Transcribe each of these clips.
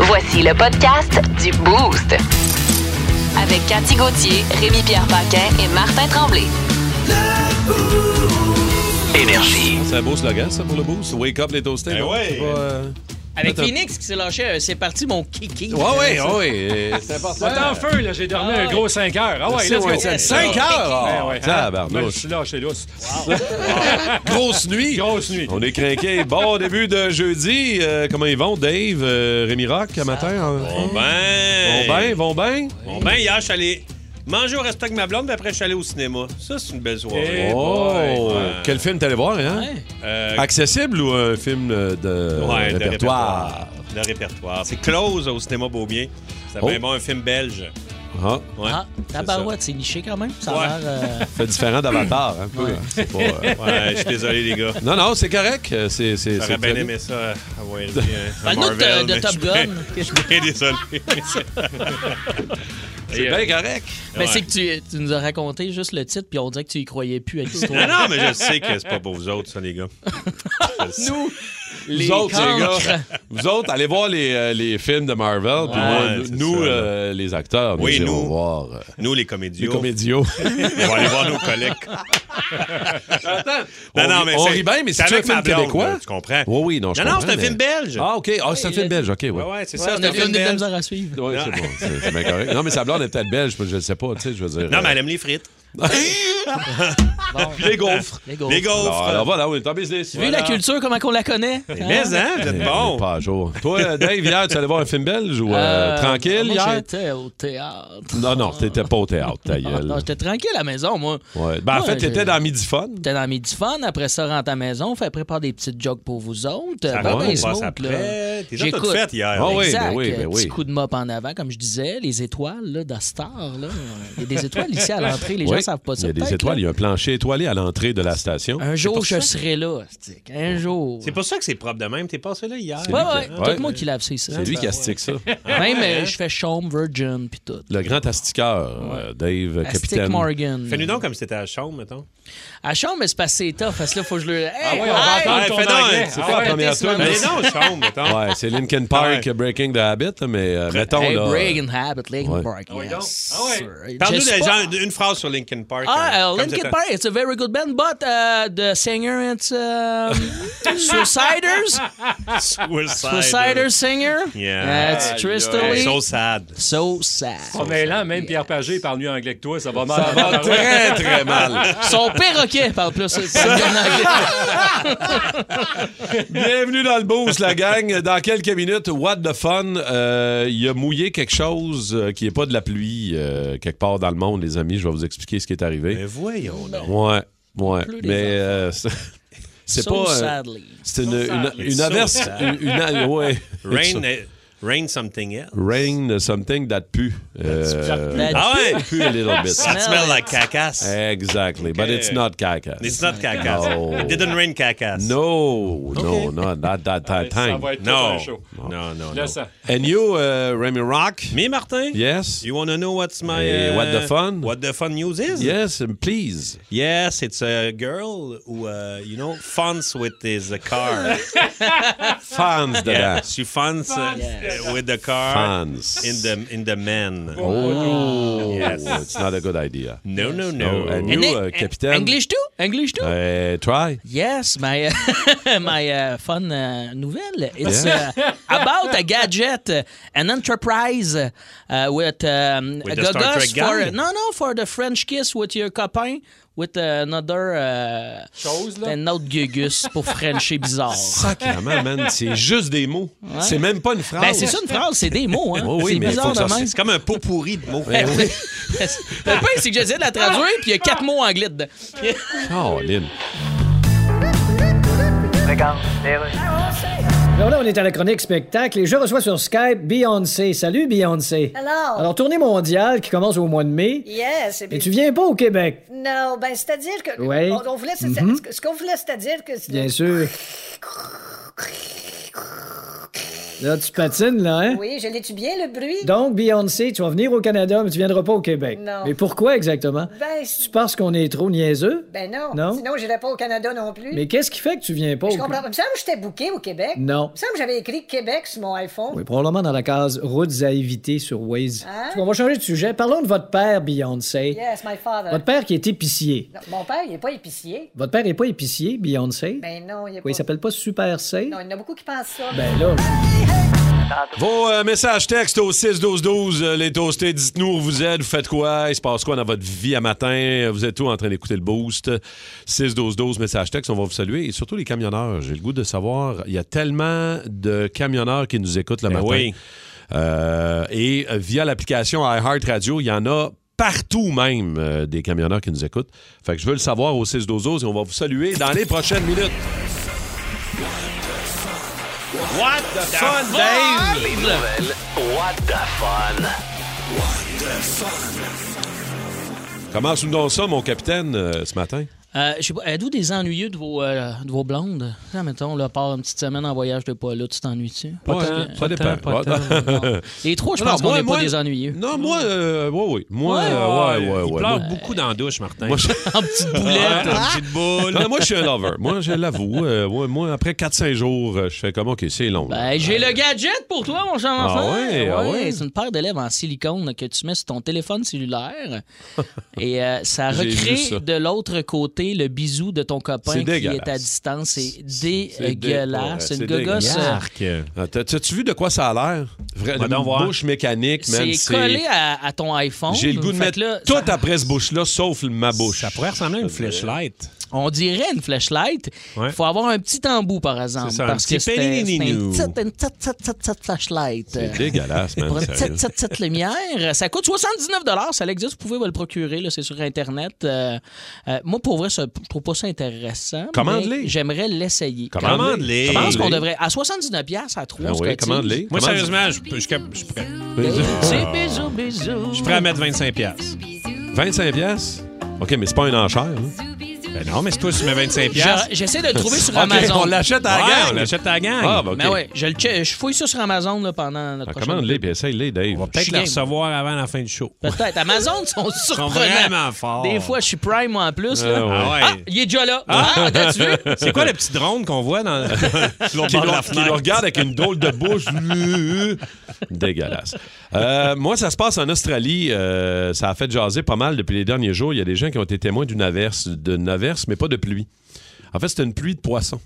Voici le podcast du Boost. Avec Cathy Gauthier, Rémi-Pierre Paquin et Martin Tremblay. Énergie. C'est un beau slogan, ça, pour le boost. Wake up les toastés. Ben non? ouais. C'est pas, euh, Avec Attends. Phoenix qui s'est lâché, euh, c'est parti mon kiki. Ouais, ouais, ouais, ouais. euh, C'est important. Pas en feu, là, j'ai dormi Ah un ouais. gros 5 heures. Ah ouais, C'est let's go. ouais, c'est- Cinq cinq heures! Ah ouais, hein? Je Tabarnouche. suis là, chez Lousse. Grosse nuit! Grosse nuit. On est craqué. Bon début de jeudi. Euh, comment ils vont, Dave? Euh, Rémi Rock, à matin? hein? Bon ben. Vont bien, vont bien? Bon ben, hier, je suis allé manger au resto avec ma blonde, puis après, je suis allé au cinéma. Ça, c'est une belle soirée. Eh Oh! Ouais. Quel film t'allais voir, hein? Ouais. Euh, Accessible ou un film euh, de ouais, de répertoire? De répertoire. C'est Close au cinéma Beaubien. C'est Oh. bien bon, un film belge. Ah, Ouais. Ah, c'est tabarouette, c'est niché quand même. Ça a Ouais. l'air. euh, fait différent d'Avatar, un peu. C'est hein. pas, euh, ça. Ouais, je suis désolé, les gars. Non, non, c'est correct. euh, C'est, c'est, c'est J'aurais bien très aimé ça euh, avoir élevé un- un Parle-nous de- Marvel, de mais Top je suis bien- Gun. Je suis bien désolé. C'est bien correct. Ben, c'est que tu, tu nous as raconté juste le titre, puis on dirait que tu y croyais plus à Non, l'histoire. non, mais je sais que c'est pas pour vous autres, ça, les gars. Nous, les Vous autres, les cancres. gars, vous autres, allez voir les, euh, les films de Marvel. Puis Ouais, moi, c'est nous, ça, là. euh, les acteurs, Oui, nous, allons nous. voir euh, Nous, les comédiens. les comédios. On va aller voir nos collègues. On rit- on c'est- rit bien, mais c'est-tu avec un film ma blonde, québécois? là, Tu comprends? Oui, oui, non, je Non, non, comprends, c'est un mais- film belge. Ah, OK. Ah, c'est un film belge. OK, oui. Ouais, Ouais, ouais, c'est Ouais, ça. on c'est a un fait film une de la belge. misère à suivre. c'est bon. C'est, c'est bien correct. Non, mais sa blonde est peut-être belge, je ne sais pas. Tu sais, je veux dire. Non, mais euh, elle aime les frites. Bon. Les gaufres. Les gaufres. Les Alors, alors gaufres. voilà, on est tombé sur les- Vu la culture, comment qu'on la connaît? Mais, hein, vous Eh, êtes on est bon. Pas à jour. Toi, Dave, hier, tu allais voir un film belge ou euh, Euh, tranquille moi, hier? J'étais au théâtre. Non, non, t'étais pas au théâtre, ta Ah, gueule. non, j'étais tranquille à la maison, moi. Ouais. Ben, en Moi, fait, j'ai- t'étais dans Midiphone. T'es dans mes fun, après ça, rentre à la maison, fait prépare des petites jokes pour vous autres. Ben, Ça va, ben, on passe smooth, là. après. T'es déjà tout J'écoute. fait hier. Ah oui, exact. ben oui, ben euh, oui. Petit coup de mop en avant, comme je disais, les étoiles là, de Star. Là. Il y a des étoiles ici à l'entrée, les gens Ouais. ne savent pas ça. Il y a des peut-être, étoiles, il là. y a un plancher étoilé à l'entrée de la station. Un jour, C'est Oh, je pour ça. serai là. stick. Un jour. C'est pour ça que c'est propre de même. T'es passé là hier. Ouais, ouais. Ouais. Tout moi qui lave Ah ses seins. C'est lui qui astique ça. Même, euh, je fais Chaume, Virgin, puis tout. Le grand astiqueur, euh, Dave, Astic capitaine. Morgan. Fais-nous donc comme si t'étais à la chambre, mettons. À Chaume, mais c'est parce que c'est tough. Parce que là, faut que je le. Hey, ouais, on va hey! attendre. Ouais, ton fais donc, anglais. Ah c'est pas la ouais, première t'es toune, sur ma mais Mais liste. non, chambre, mettons. Ouais, c'est Linkin Park, Ouais. Breaking the Habit, mais euh, mettons Hey, là. Breaking Habit, Linkin Ouais. Park. oui, donc. yes, Ah ouais. sir. Parle-nous J'espère- des gens, une phrase sur Linkin Park. Ah, euh, uh, comme Linkin c'était- Park, it's a very good band, but uh, the singer, it's um, Suiciders. Suicide. Suiciders singer. Yeah. Uh, it's Yeah. Tristally. So So, sad. sad. En mêlant, même Pierre Pagé parle mieux anglais que toi, ça va mal. Ah, Ça va très, très mal. Son perroquet parle plus. parle bien anglais. Bienvenue dans le boost, la gang. Dans quelques minutes, what the fun. Euh, Il a mouillé quelque chose euh, qui n'est pas de la pluie euh, quelque part dans le monde, les amis. Je vais vous expliquer ce qui est arrivé. Mais voyons donc. Ouais, ouais. pleut des Mais euh, c'est- c'est so pas. euh, sadly. c'est une, une, une So averse. sad. Une, une a- ouais. Rain, eh, rain something else. Rain something that pue. Euh, That Ah ouais? Pue a little bit. That Smell smells like cacasse. Exactly, but it's not caca. It's not cacasse. No. It didn't rain cacasse. No, no, no, not that, Ça that time. va être tout Non. un show. Non, non, Là, non. ça. And you, uh, Remy Rock? Me, Martin? Yes? You want to know what's my... Eh, uh, what the fun? What the fun news is? Yes, please. Yes, it's a girl who, uh, you know, funs with his uh, car. Fans de yeah, la she funs uh, Yes. with the car Fans. in the in the man. Oh, it's not a good idea. No, no, no. No, and you, uh, capitaine? English too? English too? Eh, try. Yes, my uh, my uh, fun uh, nouvelle. It's uh, about a gadget, uh, an enterprise uh, with, um, With a the Star gogo's Trek for guy? no no for the French kiss with your copain with another uh, Chose, là. un autre gugus pour Frencher bizarre. Sacrement, man, c'est juste des mots. C'est même pas une phrase. Ben c'est ça une phrase, c'est des mots hein. Oh oui, c'est mais faut bizarre que ça de même. C'est comme un pot pourri de mots. Le pire, c'est Ben que j'essaie de la traduire, puis il y a quatre mots anglais dedans. Oh, Lynn. Alors là, on est à la chronique spectacle et je reçois sur Skype Beyoncé. Salut Beyoncé. Hello. Alors, tournée mondiale qui commence au mois de mai. Yes, et Et puis... tu viens pas au Québec, Non, ben c'est-à-dire que... Ouais. Mm-hmm. On, on voulait, c'est- c'est- ce qu'on voulait, c'est-à-dire que... bien sûr. Là, tu patines, là, hein? Oui, je l'ai-tu bien, le bruit? Donc, Beyoncé, tu vas venir au Canada, mais tu viendras pas au Québec. Non. Mais pourquoi exactement? Ben, Tu penses qu'on est trop niaiseux? ben non. Non? Sinon, j'irais pas au Canada non plus. Mais qu'est-ce qui fait que tu viens pas je au comprends pas. Il me semble que j'étais booké au Québec. Non. Il me semble que j'avais écrit Québec sur mon iPhone. Oui, probablement dans la case routes à éviter sur Waze. Hein? En tout cas, On va changer de sujet. Parlons de votre père, Beyoncé. Yes, my father. Votre père qui est épicier. Non, mon père, il est pas épicier. Votre père est pas épicier, Beyoncé? Ben non, il est Quoi, il pas. s'appelle pas Super C? Non, il y en a beaucoup qui pensent ça. Ben là, Vos euh, messages textes au 6-12-12, euh, les toastés, dites-nous où vous êtes, vous faites quoi, il se passe quoi dans votre vie à matin, vous êtes tous en train d'écouter le boost. 6-12-12, messages textes, on va vous saluer. Et surtout les camionneurs, j'ai le goût de savoir, il y a tellement de camionneurs qui nous écoutent le matin. oui. Euh, et euh, via l'application iHeartRadio, il y en a partout même euh, des camionneurs qui nous écoutent. Fait que je veux le savoir au 6-12-12 et on va vous saluer dans les prochaines minutes. What the fun, Dave? Les nouvelles. What the fun. Commence-nous donc ça, mon capitaine, euh, ce matin. Euh, je sais pas, êtes-vous des ennuyeux de vos, euh, de vos blondes? Ah, mettons, là, part une petite semaine en voyage de pas là, tu t'ennuies-tu? Ben, Ouais, Parce que- ça dépend. pas tant, pas tant, non. Les trois, je Non, pense moi- qu'on n'est moi- pas des ennuyeux. Non, moi, euh, ouais, ouais. Moi, Ouais, euh, ouais, ouais, ouais. Il pleure Moi- beaucoup dans la douche, Martin. Moi, je... En petite boulette. petite boule. Non, moi, je suis un lover. Moi, je l'avoue. Euh, ouais, moi, après 4-5 jours, euh, je fais comme, OK, c'est long. là. Ben, j'ai le gadget pour toi, mon cher Ah enfant. ouais, ah ouais. C'est une paire d'élèves en silicone que tu mets sur ton téléphone cellulaire. et euh, ça J'ai vu recrée ça. de l'autre côté le bisou de ton C'est copain qui dégueulasse. est à distance. C'est c'est dé- ouais, dégueulasse. C'est c'est une gogosse. dégueulasse. euh, Marc. Ah, t'as- T'as-tu vu de quoi ça a l'air? Vrai, Va donc voir. bouche mécanique, man. C'est collé à, à ton iPhone. J'ai le goût de Fait mettre que là, tout ça- après ce bouche-là, sauf le- ma bouche. Ça pourrait ressembler à une flashlight. On dirait une flashlight. Il Ouais. faut avoir un petit embout, par exemple. C'est ça, un parce petit que c'est un- c'est pelininou. une petite, une petite, petite, petite, petite flashlight. Euh, C'est dégueulasse, man. Pour une sérieux. petite, petite, petite lumière. Ça coûte 79 Ça existe. Vous pouvez vous le procurer. là, C'est sur Internet. Euh, euh, moi, pour vrai, ça- je trouve pas ça intéressant. Commande-les. mais J'aimerais l'essayer. Commande-les. Je pense Commande-les. qu'on devrait. À 79 à 3 Ben oui, commande-les. Moi, Commande- sérieusement, je, je, je, je suis prêt. Ah. C'est bisous, bisous. Je suis prêt à mettre 25$. piastres. 25 piastres? OK, mais c'est pas une enchère. là. Ben non, mais c'est toi, si tu mets 25$. piastres. Je- J'essaie de le trouver sur OK, Amazon. on l'achète à la Ouais, gang. on l'achète à la gang. Ah, ben, OK. Mais ouais, je, le che- je fouille ça sur Amazon là, pendant notre Ah, prochaine Commande-les, puis essaye-les, Dave. Je On va suis peut-être les game. recevoir avant la fin du show. Peut-être. Amazon sont Ils sont surprenants. vraiment forts. Des fois, je suis prime, moi, en plus. là. Ah, ouais. Ah ouais. Ah, il est déjà là. Ah, t'as-tu vu? C'est quoi le petit drone qu'on voit dans qui l'ont qui, par le, la qui le fenêtre? regarde avec une drôle de bouche. Dégueulasse. Euh, moi, ça se passe en Australie. Euh, ça a fait jaser pas mal depuis les derniers jours. Il y a des gens qui ont été témoins d'une averse, d'une averse, mais pas de pluie. En fait, c'était une pluie de poissons.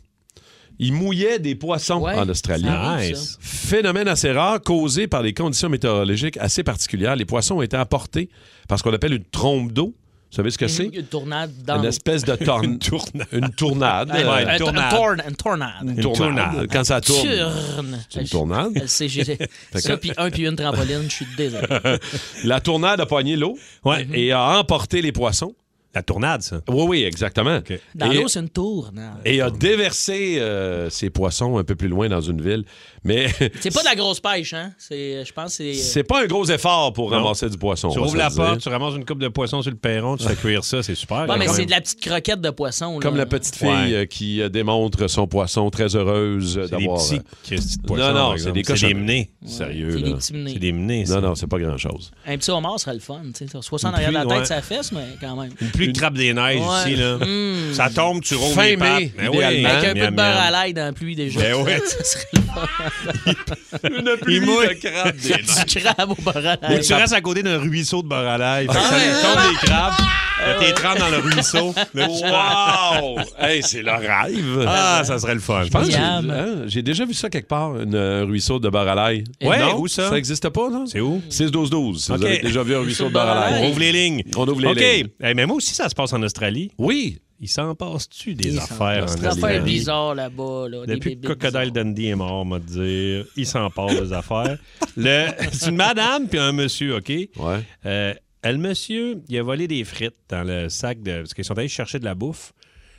Il mouillait des poissons Ouais, en Australie. ça arrive, Nice. Phénomène assez rare causé par des conditions météorologiques assez particulières. Les poissons ont été apportés par ce qu'on appelle une trombe d'eau. Vous savez ce que c'est? Il y a Une tornade dans Une l'eau. espèce de torn- une tournade. Une tournade. Euh, Un- Ouais, un- un tornade. torn- Une tornade. Une tournade. Quand ça tourne. Turne. C'est une tournade. Je- je sais, j'ai- Ça, puis un, puis une trampoline, je suis désolé. La tournade a poigné l'eau Ouais. et a emporté les poissons. La tournade, ça. Oui, oui, exactement. Dans et, l'eau, c'est une tourne. et a déversé euh, ces poissons un peu plus loin dans une ville. Mais C'est pas de la grosse pêche, hein? C'est, je pense que c'est... c'est pas un gros effort pour Non. ramasser du poisson. Tu on va ouvres se la le porte, dire. tu ramasses une coupe de poisson sur le perron, tu fais cuire ça, c'est super. Ouais, mais quand c'est même. de la petite croquette de poisson. là. Comme la petite fille Ouais. euh, qui euh, démontre son poisson très heureuse euh, C'est des d'avoir. petits euh, Christy de poissons, Non, non, par c'est exemple. des C'est cochonneries. des menées. Sérieux, C'est là. des petits menés. C'est des menées, ça. Non, non, c'est pas grand-chose. Un petit homard serait le fun. tu sais. T'as 60 Une arrière de la pluie, tête, ouais. ça fesse, mais quand même. Une pluie de crabe des neiges Ouais. Hmm. ici, là. Ça tombe, tu roules Fin les pattes. mai, Ben idéalement. Avec un peu de miam, beurre miam. à l'ail dans la pluie, déjà. Ben ouais. ça serait le fun. Il mouille. Petit crabe au beurre à Ou l'ail. tu restes à côté d'un ruisseau de beurre à l'ail. Fait que Ça Ah, ouais. tombe des crabes. Là, T'es trempé dans le ruisseau. Wow! hey, c'est le rêve! Ah, ça serait le fun. Euh, Je pense que j'ai- Miam. hein, j'ai déjà vu ça quelque part, une, euh, un ruisseau de bar à l'ail. Ouais, Non? où ça? Ça n'existe pas, non? C'est où? 6-12-12, si vous Ok. avez déjà vu un ruisseau de bar à On l'ail. ouvre les lignes. On ouvre les OK. lignes. Eh, mais moi aussi, ça se passe en Australie. Oui, Il s'en passe-tu des Il s'en affaires en Des affaires Australie? bizarres là-bas. Là, des Depuis que bébés Crocodile bizarres. Dundee est mort, on va te dire, il s'en passe des affaires. Le- C'est une madame puis un monsieur, OK? Ouais. Euh, le monsieur, il a volé des frites dans le sac de. Parce qu'ils sont allés chercher de la bouffe.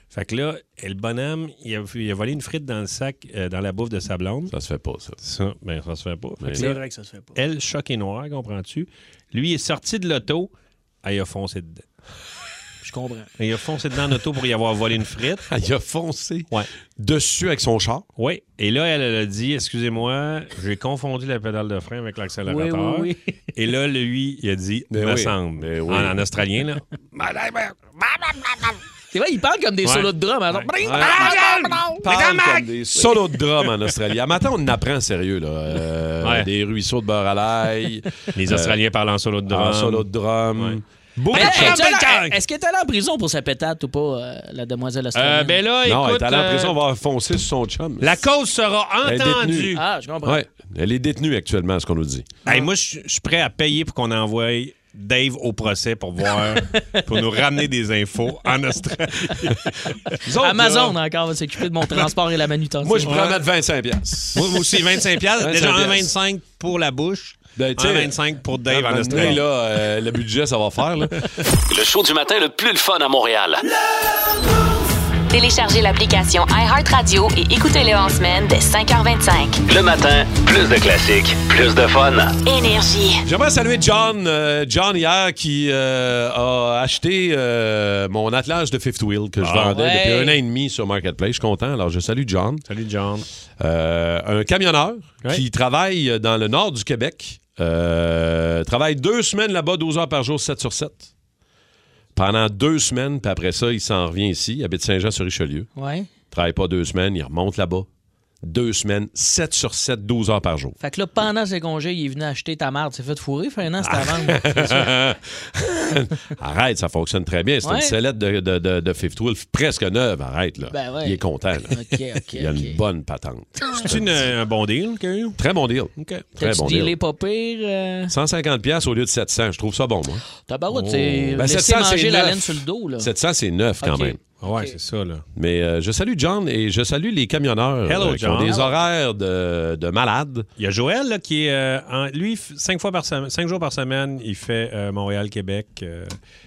Fait que là, et le bonhomme, il a, il a volé une frite dans le sac, euh, dans la bouffe de sa blonde. ça se fait pas, ça. Ça, ben, ça se fait pas. Fait que C'est là, vrai que ça se fait pas. elle, Ah, choc et noir, comprends-tu? Lui, il est sorti de l'auto, elle a foncé dedans. Je je comprends. Et il a foncé dedans en auto pour y avoir volé une frite. Il a foncé Ouais. dessus avec son char. Oui. Et là, elle, elle a dit Excusez-moi, j'ai confondu la pédale de frein avec l'accélérateur. Oui, oui, Et là, lui, il a dit Mais Me Ben oui. semble. Mais oui. En, en australien, là. C'est vrai, il parle comme des Ouais. solos de drum. hein. Bring, bang, Ouais. bang, bang. Parle comme des solos de drum en Australie. À matin, on apprend sérieux. Là. Euh, Ouais. Des ruisseaux de beurre à l'ail, Les Australiens parlent en solo de drum. un solo de drum. Ouais. Beaucoup Mais de est-ce choses. qu'elle est allée- est-ce qu'elle est allée en prison pour sa pétate ou pas, euh, la demoiselle Euh, australienne? ben là, Non, elle écoute. est allée en euh, prison, on va foncer sur son chum. La cause sera Elle est entendue. détenue. Ah, je comprends. Ouais. Elle est détenue actuellement, ce qu'on nous dit. Hey, moi, je je suis prêt à payer pour qu'on envoie Dave au procès pour voir, pour nous ramener des infos en Australie. Nous autres, Amazon, là, encore, va s'occuper de mon transport et la manutention. Moi, je prends Ouais. mettre 25 piastres. Moi, moi aussi, 25$. Déjà, 25 1,25$ pour la bouche. Ben, tu sais, 1,25$ pour Dave en Maintenant, Australie. là, euh, le budget, ça va faire. Là. Le show du matin le plus le fun à Montréal. Téléchargez l'application iHeartRadio et écoutez-le en semaine dès 5h25. Le matin, plus de classiques, plus de fun. Énergie. J'aimerais saluer John. euh, John, hier, qui euh, a acheté euh, mon attelage de Fifth Wheel que je Ah vendais ouais. depuis un an et demi sur Marketplace. Je suis content. Alors, je salue John. Salut, John. Euh, un camionneur Ouais. qui travaille dans le nord du Québec. Euh, travaille deux semaines là-bas, 12 heures par jour, 7 sur 7. Pendant deux semaines, puis après ça, il s'en revient ici. Il habite Saint-Jean-sur-Richelieu. Ouais. Travaille pas deux semaines, il remonte là-bas. Deux semaines, 7 sur 7, 12 heures par jour. Fait que là, pendant ses congés, il est venu acheter ta marde. C'est fait fourrer, fait un an, Ah. c'est à vendre. Arrête, ça fonctionne très bien. C'est Ouais. une sellette de, de, de- de Fifth Wheel presque neuve. Arrête, là. Ben ouais. Il est content, là. OK, OK, Il a une OK. bonne patente. C'est une- un bon deal qu'il y a eu? Très bon deal. Très T'as-tu bon dealé deal. pas pire? Euh... 150 pièces au lieu de 700, je trouve ça bon, moi. Tabarouette, c'est Ben, laisser 700, c'est manger la neuf. laine sur le dos, là. 700, c'est neuf quand OK. même. Ouais, c'est ça, là. Mais euh, je salue John et je salue les camionneurs euh, Hello, qui ont John. des horaires de, de malades. Il y a Joël, là, qui est. euh, en- lui, f- cinq, fois par semaine, cinq jours par semaine, il fait euh, Montréal-Québec. euh,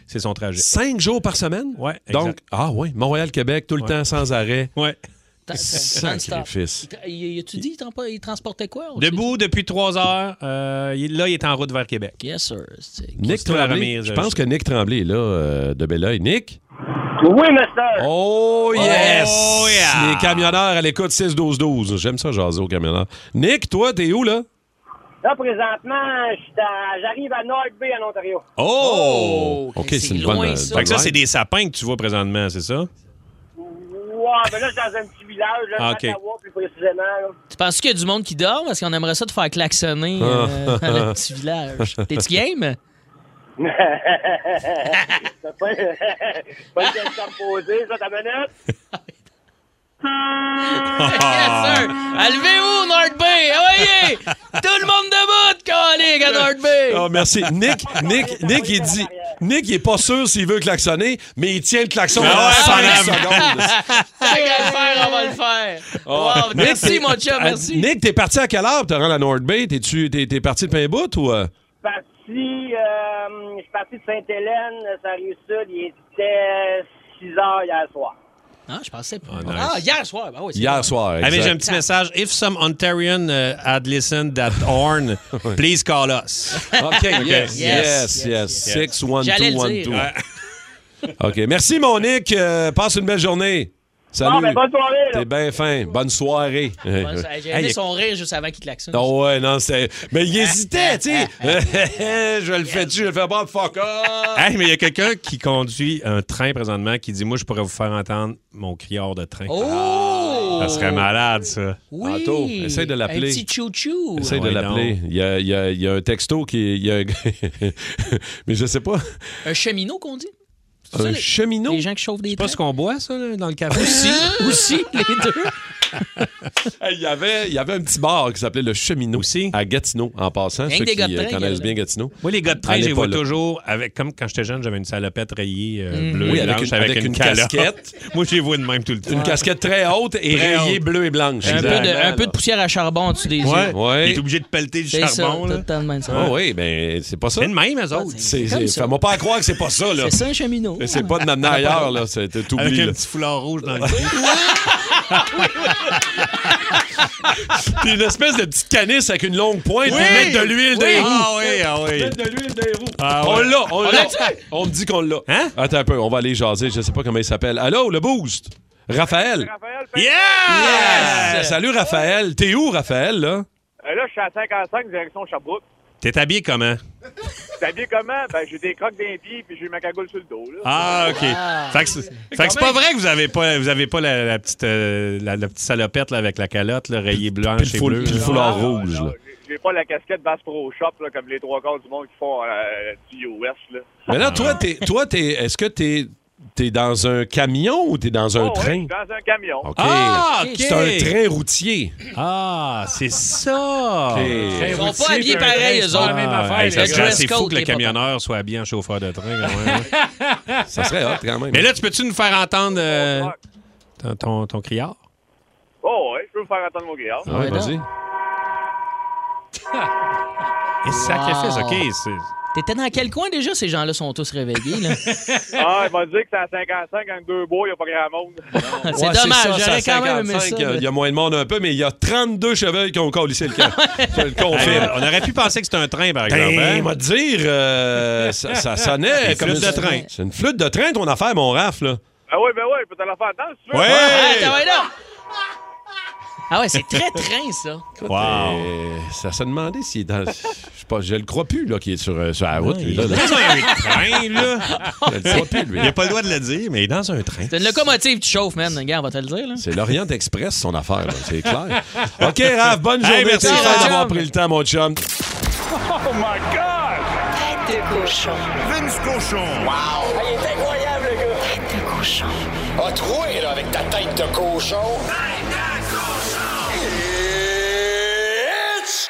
c'est son trajet. Cinq jours par semaine? Ouais, exact. Donc, ah oui, Montréal-Québec, tout le Ouais. temps, sans arrêt. Ouais. Tant- non-stop. Sacrifice. Il- il- Tu dis, il trampa- il transportait quoi? on Debout depuis trois heures. euh, il- là, il est en route vers Québec. sait-tu? Yes, sir. c'est- Nick Christophe Tremblay, Ramirez, je euh, pense que Nick Tremblay est là, euh, de bel oeil. Nick? Oui, monsieur. Oh yes! Oh, yeah! Les camionneurs à l'écoute 6-12-12. J'aime ça jaser aux camionneurs. Nick, toi, t'es où, là? Là, présentement, je suis à- j'arrive à North Bay, en Ontario. Oh! OK, c'est c'est une loin, bonne... euh, ça. Fait que ça, bonne c'est des sapins que tu vois présentement, c'est ça? Ouais, mais ben là, je suis dans un petit village, là, Ah, à ok. Ottawa, plus précisément. là. Tu penses qu'il y a du monde qui dort? Parce qu'on aimerait ça te faire klaxonner euh, dans le petit village. T'es-tu game? C'est pas pas une question à me poser, ça, ta manette. Yes, sir! Allevez-vous, North Bay! Voyez! Tout le monde debout, calique à North Bay! Oh, merci. Nick, Nick, Nick, il dit. Nick, il est pas sûr s'il veut klaxonner, mais il tient le klaxon Ah pendant ouais, cinq pendant- secondes. Tant qu'à le faire, on va le faire! Oh. Wow, merci, Nick, mon chum, euh, merci! Nick, t'es parti à quelle heure? T'as rendu à North Bay? T'es-tu, t'es, t'es parti de Pinbout ou. euh? Parti, euh, je suis parti de Sainte-Hélène, ça arrive sud, il était 6 heures hier soir. Ah, je pensais pas. nice. Ah, hier soir! Ben oui, c'est vrai. Hier soir. Ah, mais exact. j'ai un petit message. If some Ontarian uh, had listened that horn, please call us. OK, yes, yes, Yes, yes. yes, Six, one, J'allais two, le one, dire. two. OK. Merci, mon Nick. Euh, passe une belle journée. Salut. Bon, ben, bonne soirée, là. T'es bien fin. Bonne soirée. Ouais, ça- J'ai Hey, aimé il- son rire juste avant qu'il klaxonne. Non, ouais, non, c'est. Mais il hésitait, tu sais. je le fais tu je le fais pas, fuck off. hey, mais il y a quelqu'un qui conduit un train présentement qui dit Moi, je pourrais vous faire entendre mon criard de train. Ah, Oh! Ça serait malade, ça. Oui! Tantôt, essaye de l'appeler. Un petit chou-chou! Essaye de Ouais, l'appeler. Il y, a, il y a- il y a un texto qui est. il y a un- Mais je sais pas. Un cheminot qu'on dit? C'est ça, Un les- cheminot. Les gens qui chauffent des C'est pas trains? ce qu'on boit, ça, là, dans le café. Aussi, aussi, les deux. Hey, Il y, avait, il y avait un petit bar qui s'appelait le Cheminot Aussi. à Gatineau, en passant. Rien ceux que des qui gars de euh, train, il y connaissent a- bien Gatineau. Moi, les gars de train, Allez je les pas vois là. toujours. Avec, comme quand j'étais jeune, j'avais une salopette rayée Mhm. euh, Mm. bleue Oui, et avec blanche une- avec une calotte. casquette. Moi, je les vois de même tout le Une temps. casquette très haute et Très rayée haute. bleue et blanche. Un peu, de, Exactement, un peu de poussière à charbon en dessous des Ouais. yeux. Ouais. Il est obligé de pelleter du C'est ça, charbon. tout là. le temps de même ça. Ah oui, ben c'est pas ça. C'est de même, eux autres. C'est- Comme c'est- ça. Fais-moi pas à croire que c'est pas ça, là. C'est ça, un cheminot. C'est pas de m'amener ailleurs, là. C'est- T'oublies, Avec là. un petit foulard rouge dans le cou. Puis une espèce de petite canisse avec une longue pointe, Oui! puis mettre de l'huile dans les roues. Ah oui, ah oui. Mettre de l'huile dans les roues. Ah on ouais. l'a, on On l'a. l'a-tu? On me dit qu'on l'a. Hein? Attends un peu, on va aller jaser. Je sais pas comment il s'appelle. Allô, le boost? Raphaël? Raphaël, Yeah! Ah, Salut, Raphaël. T'es où, Raphaël, là? euh, là, je suis à 55, direction Sherbrooke. T'es habillé comment? T'as bien comment? Ben, j'ai des crocs d'un pied puis j'ai ma cagoule sur le dos, là. Ah, OK. Fait que c'est fait que c'est pas vrai que vous avez pas, vous avez pas la, la petite, euh, la, la petite salopette là, avec la calotte, là, rayée Puis blanche le, et foul- bleue. puis le là. foulard Ah, rouge, non, là. j'ai- J'ai pas la casquette basse pro shop, là, comme les trois quarts du monde qui font euh, du US, là. Ah. Mais là, toi, t'es, toi, t'es, est-ce que t'es, t'es dans un camion ou t'es dans un Oh, train? ouais, dans un camion. OK. Ah, OK. C'est un train routier. Ah, c'est ça. Ils sont pas habillés pareil, eux Ah, autres. même affaire, hey, les ça gars. serait assez Dress fou code, que le les papas. camionneur soit habillé en chauffeur de train. quand même. hein. Ça serait hot quand même. Mais là, tu peux-tu nous faire entendre euh, Ouais. ton, ton, ton criard? Oh, ouais, je peux vous faire entendre mon grillard. Ah ouais, vas-y. Et sacrifice, Wow. OK. c'est- T'étais dans quel coin déjà? Ces gens-là sont tous réveillés. là? Ah, il m'a dit que c'est à 55, entre deux bois, il n'y a pas grand monde. C'est Ouais, dommage, ça, j'aurais c'est quand même aimé 55, ça. euh, Il y a moins de monde un peu, mais il y a 32 cheveux qui ont encore lissé le camp. Je le Hey, confirme. on aurait pu penser que c'était un train, par exemple. Ben, hein? il m'a dire, euh, ça, ça sonnait Une comme flûte une- de train. C'est une flûte de train, ton affaire, mon raf, là. Ben oui, ben oui, je peux te la faire entendre si tu veux. Ouais. Ah, attends, ouais, là. Ah ouais, c'est très train, ça. Wow. Euh, ça se demandait s'il est dans. Je sais pas, je le crois plus, là, qu'il est sur, euh, sur la route, lui, là. là. Dans un train, là. Je le crois plus, lui. Il a pas le droit de le dire, mais il est dans un train. C'est une locomotive, tu chauffes, man. Regarde, on va te le dire. Là. C'est l'Orient Express, son affaire, là, c'est clair. OK, Raph, bonne journée. merci, T'es Raph. fier d'avoir pris le temps, mon chum. Tête de cochon. Ah, Vince Cochon. Tête de cochon. A troué, là, avec ta tête de cochon. It's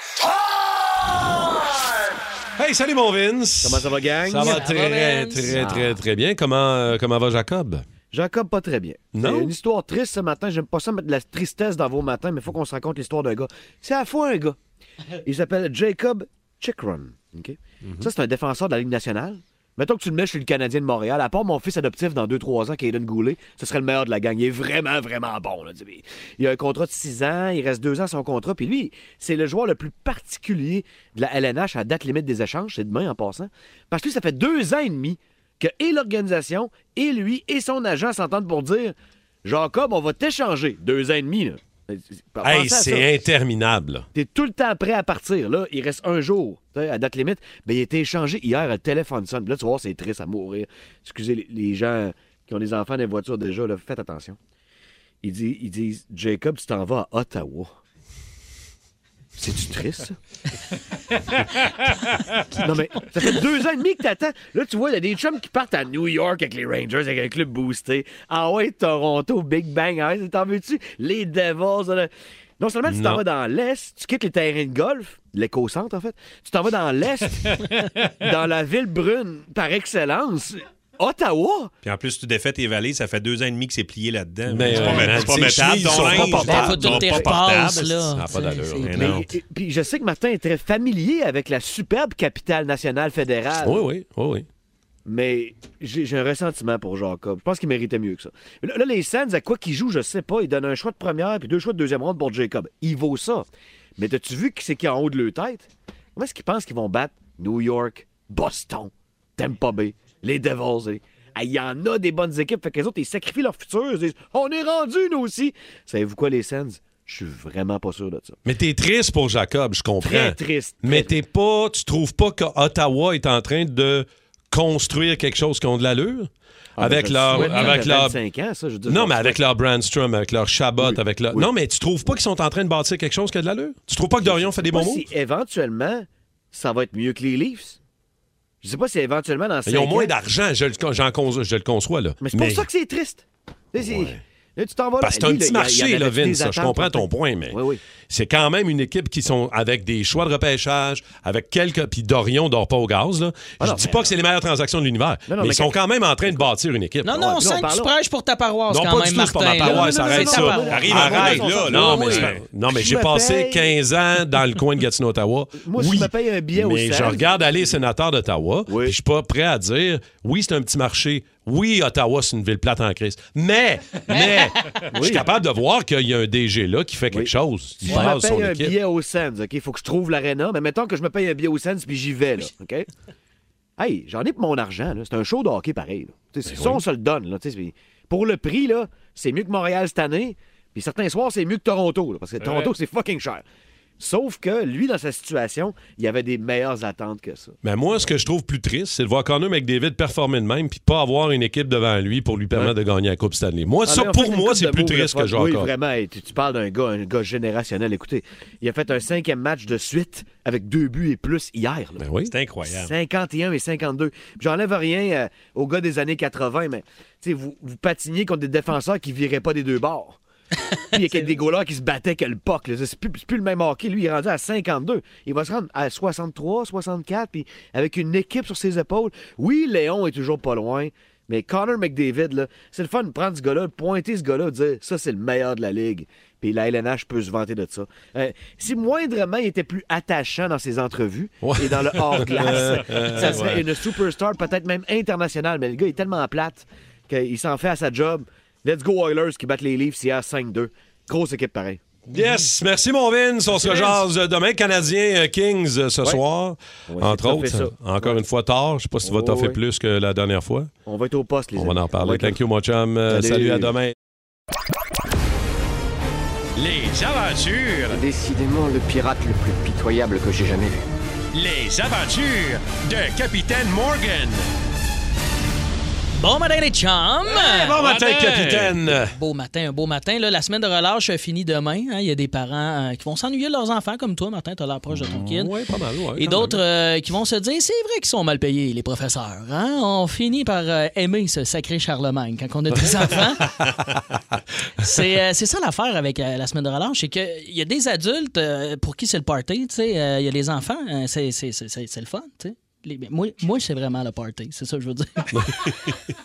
time! Hey, salut, mon Vince. Comment ça va, gang? Ça va Ah. Ça très, va, très, Vince? très, très, bien. Comment, euh, comment va Jacob? Jacob, pas très bien. Non? C'est une histoire triste ce matin. J'aime pas ça mettre de la tristesse dans vos matins, mais faut qu'on se raconte l'histoire d'un gars. C'est à la fois un gars. Il s'appelle Jacob Chikron. OK? Mhm. Ça, c'est un défenseur de la Ligue nationale. Mettons que tu le mets chez le Canadien de Montréal, à part mon fils adoptif dans 2-3 ans, Caden Goulet, ce serait le meilleur de la gang. Il est vraiment, vraiment bon. là. Tu sais, Il a un contrat de 6 ans, il reste 2 ans son contrat, puis lui, c'est le joueur le plus particulier de la LNH à la date limite des échanges, c'est demain en passant, parce que lui, ça fait 2 ans et demi que et l'organisation, et lui, et son agent s'entendent pour dire Jacob, on va t'échanger. Deux ans et demi, là. Hey, Bah, Pensez à ça. c'est interminable. là. T'es tout le temps prêt à partir. Là, il reste un jour tu sais, à date limite. Mais il a été échangé hier à téléphone sonne. Puis Là, tu vas voir, c'est triste à mourir. Excusez les, les gens qui ont des enfants dans les voitures déjà, là, faites attention. Ils disent, ils disent Jacob, tu t'en vas à Ottawa. C'est-tu triste, ça? non, mais ça fait deux ans et demi que t'attends. Là, tu vois, il y a des chums qui partent à New York avec les Rangers, avec un club boosté. Ah ouais, Toronto, Big Bang, ah ouais, t'en veux-tu? Les Devils. là. Non seulement tu t'en Non. vas dans l'Est, tu quittes les terrains de golf, l'éco-centre, en fait. Tu t'en vas dans l'Est, dans la ville brune par excellence, Ottawa. Puis en plus, tu défais tes valises, ça fait deux ans et demi que c'est plié là-dedans. Mais, c'est pas, euh, ma- c'est pas tes mettable, chemises ton sont pas linge, portables. ton- Faut ton toutes tes pas repasses, portable. là. ça a pas tu sais, d'allure, c'est hein. clair. Mais- non. et- puis je sais que Martin est très familier avec la superbe capitale nationale fédérale. Oui, oui, oui, oui. Mais j'ai j'ai un ressentiment pour Jacob. Je pense qu'il méritait mieux que ça. Mais Là, là, les Sands, à quoi qu'ils jouent, je sais pas. Ils donnent un choix de première puis deux choix de deuxième ronde pour Jacob. Il vaut ça. Mais t'as-tu vu qui c'est qui est en haut de leur tête? Comment est-ce qu'ils pensent qu'ils vont battre New York, Boston, Tampa Bay, les Devils? et- Ah, Il y en a des bonnes équipes. Fait que les autres, ils sacrifient leur futur. Ils disent On est rendus, nous aussi. Savez-vous quoi, les Sands? Je suis vraiment pas sûr de ça. Mais t'es triste pour Jacob, je comprends. Très triste. Mais Très- t'es pas, tu trouves pas qu'Ottawa est en train de construire quelque chose qui a de l'allure? Ah, ben, avec je leur, souhaite, ça avec fait leur 25 ans, ça, je veux dire, je Non, mais souhaite. avec leur Brandstrom, avec leur Chabot, Oui, avec leur. oui. Non, mais tu trouves pas qu'ils sont en train de bâtir quelque chose qui a de l'allure? Tu trouves pas que Dorion fait des Je sais bons pas mots? si éventuellement, ça va être mieux que les Leafs. Je sais pas si éventuellement dans Ils ont cinq moins ans- d'argent, je, le con- j'en con- je le conçois, là. Mais c'est pour ça que c'est triste. Tu sais, c'est- Là, tu t'en vas là. Parce que c'est un Lui, là, petit il y a- il y marché, en là, avait des Vince. ça, Je attentes, comprends ton en fait. point, mais Oui, oui. c'est quand même une équipe qui sont avec des choix de repêchage, avec quelques. Puis Dorion dort pas au gaz, là. Ah je non, dis mais- pas que c'est les meilleures transactions de l'univers, Non, non, mais mais ils sont quand- quand même en train de bâtir une équipe. Non, non, on non, sent que tu parlons. prêches pour ta paroisse Non, quand pas même, du tout, c'est Martin. pas ma paroisse, là. arrête C'est ta ça. paroisse. Arrive, Ah, arrête, ouais, là. on Non, s'en mais fout. c'est- Non, mais Je j'ai me passé paye- 15 ans dans le coin de Gatineau-Ottawa. Moi, oui, je me paye un billet au Mais je Sands. regarde aller sénateur d'Ottawa, Oui. puis je suis pas prêt à dire oui, c'est un petit marché, Oui, Ottawa, c'est une ville plate en crise. Mais, mais, je suis capable de voir qu'il y a un DG là qui fait quelque chose. Il Si je base me son paye un équipe. billet au Sens, OK? Il faut que je trouve l'aréna. Mais mettons que je me paye un billet au Sens puis j'y vais, là, OK? Hey, j'en ai pour mon argent, là. C'est un show de hockey pareil. là. Tu Ben sais, Ça, on se le donne, là. Tu sais, puis Pour le prix, là, c'est mieux que Montréal cette année. Puis certains soirs, c'est mieux que Toronto, là, parce que Ouais. Toronto, c'est fucking cher. Sauf que lui, dans sa situation, il avait des meilleures attentes que ça. Mais moi, ce que je trouve plus triste, c'est de voir Connor McDavid performer de même puis pas avoir une équipe devant lui pour lui permettre de gagner la Coupe Stanley. Moi, Ah, ça, mais on fait pour une moi, coupe c'est de plus moves, triste là, Fred. que j'ai Oui, encore. vraiment. et Tu, tu parles d'un gars, un gars générationnel. Écoutez, il a fait un cinquième match de suite avec deux buts et plus hier. Ben là. C'est incroyable. 51 et 52. Puis J'enlève rien euh, aux gars des années 80, mais tu sais, vous, vous patiniez contre des défenseurs qui viraient pas des deux bords. Puis il y a quelques des goalers qui se battaient que le puck. là. C'est plus, c'est plus le même hockey. Lui, il est rendu à 52. Il va se rendre à 63, 64, puis avec une équipe sur ses épaules. Oui, Léon est toujours pas loin, mais Connor McDavid, là, c'est le fun de prendre ce gars-là, de pointer ce gars-là, de dire ça, c'est le meilleur de la ligue. Puis la LNH peut se vanter de ça. Euh, si moindrement il était plus attachant dans ses entrevues et dans le hors-glace, ça serait Ouais. une superstar, peut-être même internationale. Mais le gars est tellement plate qu'il s'en fait à sa job. Let's go Oilers qui battent les Leafs hier 5-2. Grosse équipe pareil. Yes, merci mon Vince. On Merci, se rejase Vince. demain, Canadien euh, Kings euh, ce Ouais. soir, On va essayer entre de toffer autres. ça. Encore une fois tard. Je sais pas si tu vas Ouais, t'offrir ouais. plus que la dernière fois. On va être au poste, les On va en parler. va être Thank you, mon chum. Euh, Salut. Salut, à demain. Les aventures, Décidément le pirate le plus pitoyable que j'ai jamais vu. les aventures de Capitaine Morgan. Bon matin, les chums! bon matin, Matin. capitaine. Beau matin, un beau matin. Là, la semaine de relâche euh, finit demain. hein. Il y a des parents euh, qui vont s'ennuyer de leurs enfants, comme toi, Martin, tu as l'air proche de ton kid. Oui, pas mal, ouais, quand Et même. d'autres euh, qui vont se dire c'est vrai qu'ils sont mal payés, les professeurs. hein. On finit par euh, aimer ce sacré Charlemagne quand on a des enfants. C'est euh, c'est ça l'affaire avec euh, la semaine de relâche, c'est qu'il y a des adultes euh, pour qui c'est le party, tu sais, euh, il y a les enfants, euh, c'est c'est- c'est- c'est- c'est le fun, tu sais. Les- mais moi, moi c'est vraiment le party, c'est ça que je veux dire.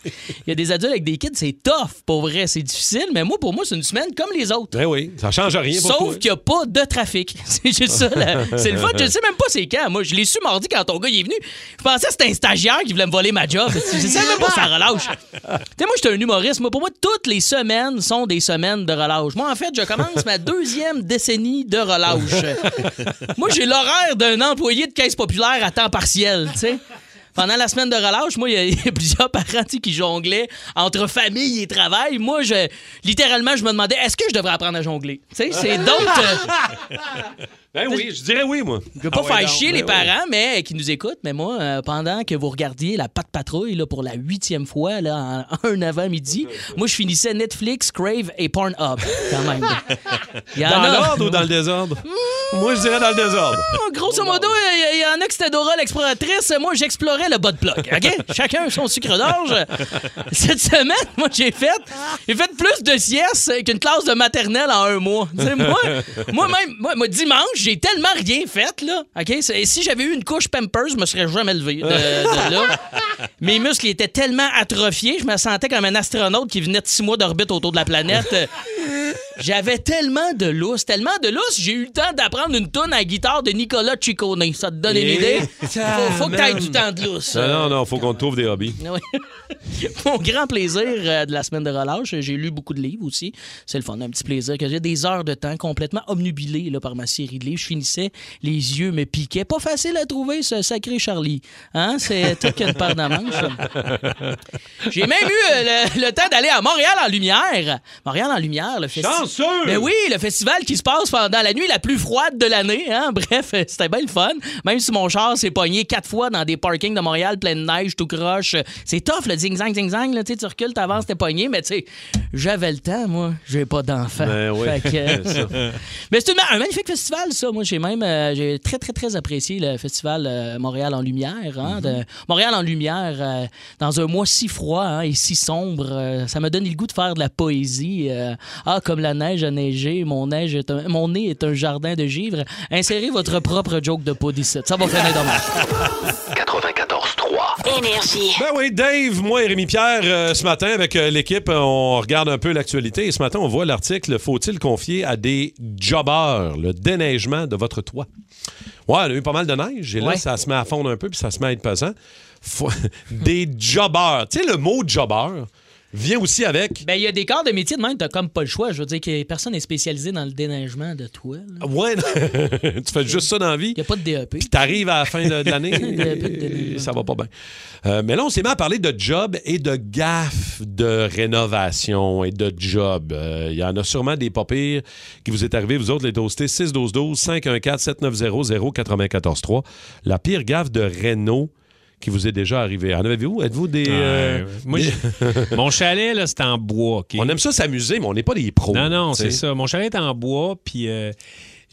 Il y a des adultes avec des kids, c'est tough, pour vrai, c'est difficile, mais moi, pour moi, c'est une semaine comme les autres. Ben oui, ça change rien pour toi. Sauf qu'il n'y a pas de trafic. C'est juste ça. la- C'est le fun. Je ne sais même pas c'est quand. Moi, je l'ai su mardi quand ton gars il est venu. Je pensais que c'était un stagiaire qui voulait me voler ma job. Je ne sais même pas si ça relâche. Tu sais, moi, je suis un humoriste. Moi, pour moi, toutes les semaines sont des semaines de relâche. Moi, en fait, je commence ma deuxième décennie de relâche. moi, j'ai l'horaire d'un employé de caisse populaire à temps partiel. tu sais. Pendant la semaine de relâche, moi, il y a- il y, a plusieurs parents tu sais, qui jonglaient entre famille et travail. Moi, je, littéralement, je me demandais est-ce que je devrais apprendre à jongler Tu sais, c'est d'autres. euh, Ben oui, je dirais oui, moi. Ah je veux pas faire ben chier les parents mais, euh, qui nous écoutent, mais moi, euh, pendant que vous regardiez la patte patrouille là, pour la huitième fois là, en un avant-midi, moi, je finissais Netflix, Crave et Pornhub, quand même. Il y en Dans a- Mmh. l'ordre ou dans le désordre? Moi, je dirais dans le désordre. Ah, Grosso modo, il y, y en a qui c'était Dora l'exploratrice. Moi, j'explorais le bas de bloc. OK? Chacun son sucre d'orge. Cette semaine, moi, j'ai fait, j'ai fait plus de siestes qu'une classe de maternelle en un mois. Tu sais, moi, moi-même, moi, moi, dimanche, j'ai tellement rien fait, là. OK? C'est- Si j'avais eu une couche Pampers, je me serais jamais levé de, de là. Mes muscles étaient tellement atrophiés, je me sentais comme un astronaute qui venait de six mois d'orbite autour de la planète. J'avais tellement de lousse, tellement de lousse, j'ai eu le temps d'apprendre une tonne à la guitare de Nicolas Ciccone. Ça te donne une Et idée? Faut, faut que t'aies du temps de lousse. Ah Non, non, non, faut qu'on trouve des hobbies. Oui. Mon grand plaisir euh, de la semaine de relâche, j'ai lu beaucoup de livres aussi. C'est le fun, un petit plaisir que j'ai. Des heures de temps complètement obnubilé là, par ma série de livres. Je finissais, les yeux me piquaient. Pas facile à trouver, ce sacré Charlie. Hein? C'est tout qu'une paire de manches. J'ai même eu euh, le, le temps d'aller à Montréal en lumière. Montréal en lumière, le festival. Chanceux! Ben oui, le festival qui se passe pendant la nuit la plus froide de l'année. hein. Bref, euh, c'était bien le fun. Même si mon char s'est pogné quatre fois dans des parkings de Montréal plein de neige, tout croche. euh, C'est tough, le zing-zang, zing-zang. là. Tu sais, tu recules, t'avances, t'es pogné. Mais tu sais, j'avais le temps, moi. J'ai pas d'enfant. Ben oui. Fait que, euh, Ça. mais c'est une- un magnifique festival, ça. Moi, j'ai même euh, j'ai très, très, très apprécié le festival euh, Montréal en lumière. Mm-hmm. hein, de- Montréal en lumière, euh, dans un mois si froid hein, et si sombre, euh, ça m'a donné le goût de faire de la poésie. euh, ah, comme la neige a neigé, mon, neige est un- mon nez est un jardin de givre. Insérez votre propre joke de peau 17. Ça va finir demain. 94-3. Énergie. Ben oui, Dave, moi et Rémi Pierre, euh, ce matin, avec euh, l'équipe, euh, on regarde un peu l'actualité. Et ce matin, on voit l'article Faut-il confier à des jobbers le déneigement de votre toit? Ouais, il y a eu pas mal de neige. Et là, Ouais. ça se met à fondre un peu, puis ça se met à être pesant. Faut- Des jobbers. Tu sais, le mot jobber vient aussi avec. Ben, il y a des corps de métier de même, t'as comme pas le choix. Je veux dire que personne n'est spécialisé dans le déneigement de toi. là. Ouais, tu fais juste ça dans la vie. Il n'y a pas de DAP. Puis t'arrives à la fin de, de DAP. l'année, ça va pas bien. Euh, mais là, on s'est mis à parler de job et de gaffe de rénovation et de job. Euh, Il y en a sûrement des pas pires qui vous est arrivé, vous autres, les toastés 612-12-514-7900-943. La pire gaffe de réno qui vous est déjà arrivée. En avez-vous? Êtes-vous des... euh, Ouais. Moi, des- j'ai- mon chalet, là, c'est en bois. On aime ça s'amuser, mais on n'est pas des pros. Non, non, tu sais. c'est ça. Mon chalet est en bois, puis euh,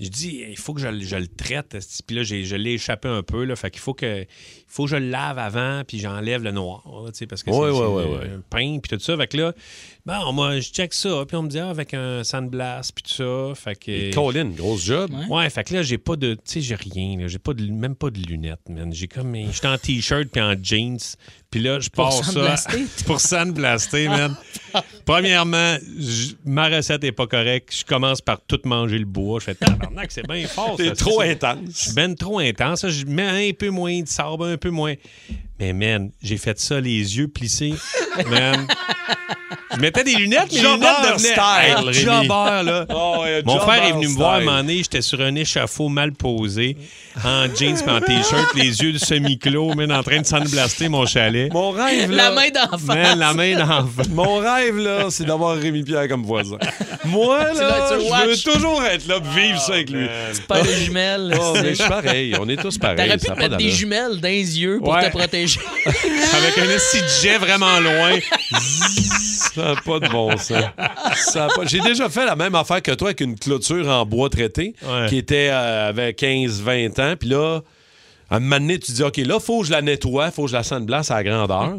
je dis, il faut que je, le- je le traite. esti. Puis là, j'ai- je l'ai échappé un peu, là. Fait qu'il faut que, il faut que je le lave avant, puis j'enlève le noir, là, tu sais, parce que Ouais, c'est ouais, c'est, ouais, euh, peint, puis tout ça. Fait que là, ben, on m'a- je check ça, puis on me dit, ah, avec un sandblast, puis tout ça. Fait que. Et Colin, grosse job. Ouais. fait que là, j'ai pas de. Tu sais, j'ai rien. là. J'ai pas de, même pas de lunettes, man. J'ai comme. J'étais en t-shirt puis en jeans. Puis là, je Pour pars ça. sandblaster? pour sandblaster, man. Premièrement, j- ma recette est pas correcte. Je commence par tout manger le bois. Je fais tabarnak, c'est bien fort. T'es ça. trop C'est- intense. Je suis ben trop intense. Je mets un peu moins de sable, un peu moins. Mais man, j'ai fait ça les yeux plissés. Man. Je mettais des lunettes, mais les Jobber lunettes devenaient style, Hey, Rémi. jobber, là. Oh, Ah ouais, Mon jobber frère est venu me voir à un style. moment donné, j'étais sur un échafaud mal posé, en jeans pis en t-shirt, les yeux semi-clos, man, en train de sandblaster mon chalet. Mon rêve, La là- main d'en face. Man, la main d'en face. Mon rêve, là, c'est d'avoir Rémi Pierre comme voisin. Moi, Tu là, l'as- tu le je veux watch. toujours être là, pis vivre ça avec lui. Ah, C'est Pas de jumelles. Oh, c'est- mais je suis pareil. On est tous pareils. T'aurais pu ça a te pas mettre des d'allure. jumelles dans les yeux pour Ouais. te protéger. Avec un esti de jet vraiment loin. Ça n'a pas de bon sens. Ça a pas- J'ai déjà fait la même affaire que toi avec une clôture en bois traité qui était euh, avec 15-20 ans. Puis là, à un moment donné, tu dis OK, là, faut que je la nettoie, faut que je la sandblasse à la grandeur